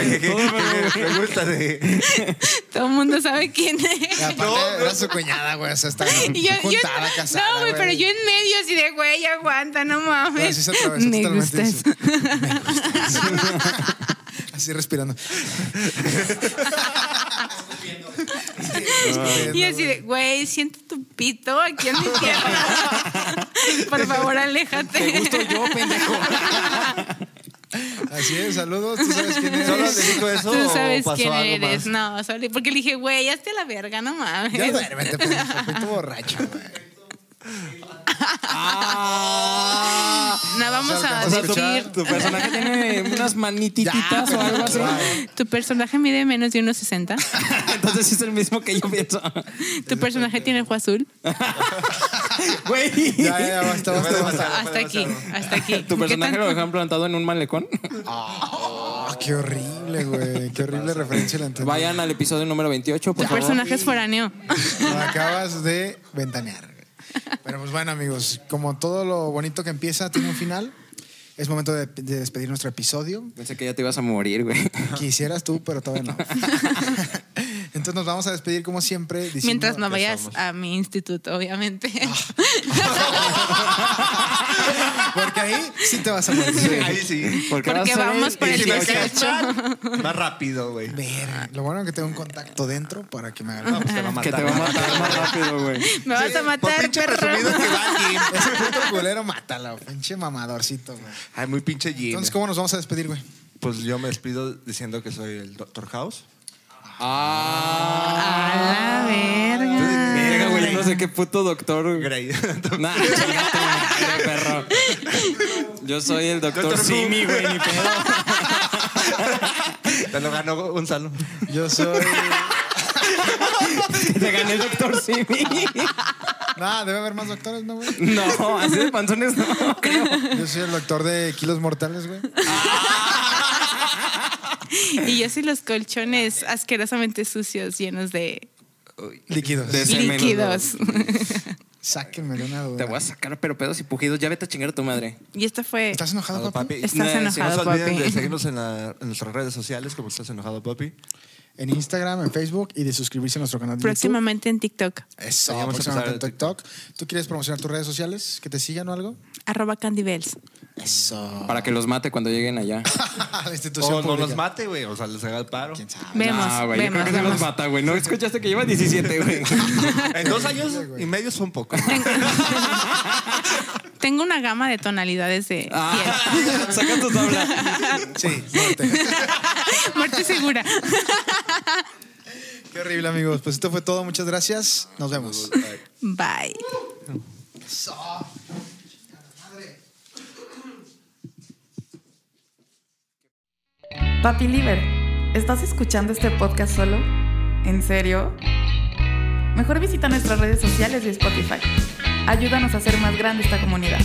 [SPEAKER 5] Y yo-
[SPEAKER 4] Me gusta de.
[SPEAKER 5] todo el mundo sabe quién es.
[SPEAKER 2] Y aparte, era su cuñada, güey. O sea, está
[SPEAKER 5] Y yo- yo-
[SPEAKER 2] juntada, casada.
[SPEAKER 5] no, güey, pero yo en medio así de, güey, aguanta, no
[SPEAKER 2] Pero
[SPEAKER 5] mames.
[SPEAKER 2] así se atravesó
[SPEAKER 5] me
[SPEAKER 2] totalmente,
[SPEAKER 5] gustas.
[SPEAKER 2] dice, "Me gustas". Así respirando.
[SPEAKER 5] Ah. Y así de, güey, siento tu pito aquí en mi pierna. Por favor, aléjate.
[SPEAKER 3] Te gusto yo, pendejo.
[SPEAKER 2] Así es, saludos. ¿Tú sabes quién es?
[SPEAKER 4] ¿Solo le dijo eso?
[SPEAKER 5] Tú
[SPEAKER 4] o
[SPEAKER 5] sabes
[SPEAKER 4] pasó
[SPEAKER 5] quién
[SPEAKER 4] algo más?
[SPEAKER 5] eres. No, sorry. Porque le dije, güey, hazte a la verga, no mames.
[SPEAKER 2] Ya duérmete, pendejo. Fui tu borracho, güey.
[SPEAKER 3] Ah.
[SPEAKER 5] No, vamos
[SPEAKER 2] Ya
[SPEAKER 5] a
[SPEAKER 2] alcanzó a
[SPEAKER 5] decir.
[SPEAKER 3] Tu personaje tiene unas manititas o algo así.
[SPEAKER 5] Tu personaje mide menos de 1,60.
[SPEAKER 3] Entonces sí es el mismo que yo pienso.
[SPEAKER 5] Tu personaje tiene ojo azul.
[SPEAKER 3] Güey.
[SPEAKER 2] Ya, ya, basta, basta, basta.
[SPEAKER 5] Hasta aquí, hasta aquí.
[SPEAKER 3] ¿Tu
[SPEAKER 5] ¿Qué
[SPEAKER 3] personaje lo
[SPEAKER 5] tanto?
[SPEAKER 3] dejan plantado en un malecón?
[SPEAKER 2] Ah, qué horrible, güey. Qué horrible referencia la entendí.
[SPEAKER 3] Vayan al episodio número 28, por
[SPEAKER 5] Tu
[SPEAKER 3] favor.
[SPEAKER 5] personaje es foráneo.
[SPEAKER 2] Lo acabas de ventanear. güey. Pero pues bueno, amigos, como todo lo bonito que empieza tiene un final, es momento de, de despedir nuestro episodio.
[SPEAKER 3] Pensé que ya te ibas a morir, güey.
[SPEAKER 2] Quisieras tú, pero todavía no. Entonces nos vamos a despedir como siempre. diciendo-
[SPEAKER 5] Mientras no vayas a mi instituto, obviamente.
[SPEAKER 2] Ah. Porque ahí sí te vas a morir.
[SPEAKER 4] Ahí sí.
[SPEAKER 3] Porque, vas
[SPEAKER 5] Porque
[SPEAKER 3] a ser
[SPEAKER 5] vamos por
[SPEAKER 4] Y
[SPEAKER 5] el
[SPEAKER 4] si me caes
[SPEAKER 5] 18.
[SPEAKER 4] mal, más rápido, güey.
[SPEAKER 2] Verga, lo bueno que tengo un contacto dentro para que me hagan.
[SPEAKER 4] No, pues te va a matar.
[SPEAKER 3] Que te va a matar más rápido, güey.
[SPEAKER 5] Me vas a
[SPEAKER 4] Por
[SPEAKER 5] matar,
[SPEAKER 4] pinche
[SPEAKER 5] perro.
[SPEAKER 4] presumido que va aquí.
[SPEAKER 2] Ese puto culero, mátala, pinche mamadorcito, güey.
[SPEAKER 4] Ay, muy pinche Jim.
[SPEAKER 2] Entonces, ¿cómo nos vamos a despedir, güey?
[SPEAKER 4] Pues yo me despido diciendo que soy el Dr. House.
[SPEAKER 3] Ah.
[SPEAKER 5] A la verga.
[SPEAKER 3] Verga, güey. yo No sé qué puto doctor.
[SPEAKER 4] Grey.
[SPEAKER 3] Nah, chinga tu madre, perro. Yo soy el doctor
[SPEAKER 4] Doctor
[SPEAKER 3] Simi, güey, ni pedo.
[SPEAKER 4] Te lo ganó Gonzalo.
[SPEAKER 2] Yo soy.
[SPEAKER 3] Te gané el doctor Simi.
[SPEAKER 2] Nada, debe haber más doctores, ¿no, güey?
[SPEAKER 3] No, así de panzones no. creo.
[SPEAKER 2] Yo soy el doctor de kilos mortales, güey.
[SPEAKER 3] Ah.
[SPEAKER 5] Y yo soy los colchones asquerosamente sucios, llenos de
[SPEAKER 2] Líquidos.
[SPEAKER 3] De- Ese menos
[SPEAKER 5] líquidos.
[SPEAKER 2] Sáquenme de una duda.
[SPEAKER 3] Te voy a sacar, pero pedos y pujidos. Ya vete a chingar a tu madre.
[SPEAKER 5] Y este fue.
[SPEAKER 2] ¿Estás enojado, papi?
[SPEAKER 5] Estás
[SPEAKER 3] No, sí,
[SPEAKER 5] enojado,
[SPEAKER 4] no se olviden
[SPEAKER 5] papi.
[SPEAKER 4] de seguirnos en, la- en nuestras redes sociales como Estás Enojado Papi.
[SPEAKER 2] En Instagram, en Facebook y de suscribirse a nuestro canal de YouTube.
[SPEAKER 5] Próximamente en TikTok.
[SPEAKER 2] Eso,
[SPEAKER 4] Ya vamos a
[SPEAKER 2] próximamente en
[SPEAKER 4] empezar el
[SPEAKER 2] TikTok. ¿Tú quieres promocionar tus redes sociales? ¿Que te sigan o algo?
[SPEAKER 5] Arroba Candy Bells.
[SPEAKER 2] Eso.
[SPEAKER 3] Para que los mate cuando lleguen allá.
[SPEAKER 2] la institución
[SPEAKER 4] O no
[SPEAKER 2] pública.
[SPEAKER 4] los mate, güey. O sea, les haga el paro.
[SPEAKER 2] ¿Quién sabe?
[SPEAKER 5] Vemos,
[SPEAKER 3] Ah, güey, yo creo
[SPEAKER 5] vemos.
[SPEAKER 3] que se los
[SPEAKER 5] vemos.
[SPEAKER 3] mata, güey. ¿No escuchaste que lleva 17, güey?
[SPEAKER 4] En dos años y medio son pocos.
[SPEAKER 5] Tengo, Tengo una gama de tonalidades de piel.
[SPEAKER 3] Ah, saca tu tabla.
[SPEAKER 2] Sí, muerte.
[SPEAKER 5] Muerte segura.
[SPEAKER 2] Qué horrible, amigos. Pues esto fue todo. Muchas gracias. Nos vemos.
[SPEAKER 5] Bye.
[SPEAKER 1] Papi Liver, ¿estás escuchando este podcast solo? ¿En serio? Mejor visita nuestras redes sociales y Spotify. Ayúdanos a hacer más grande esta comunidad.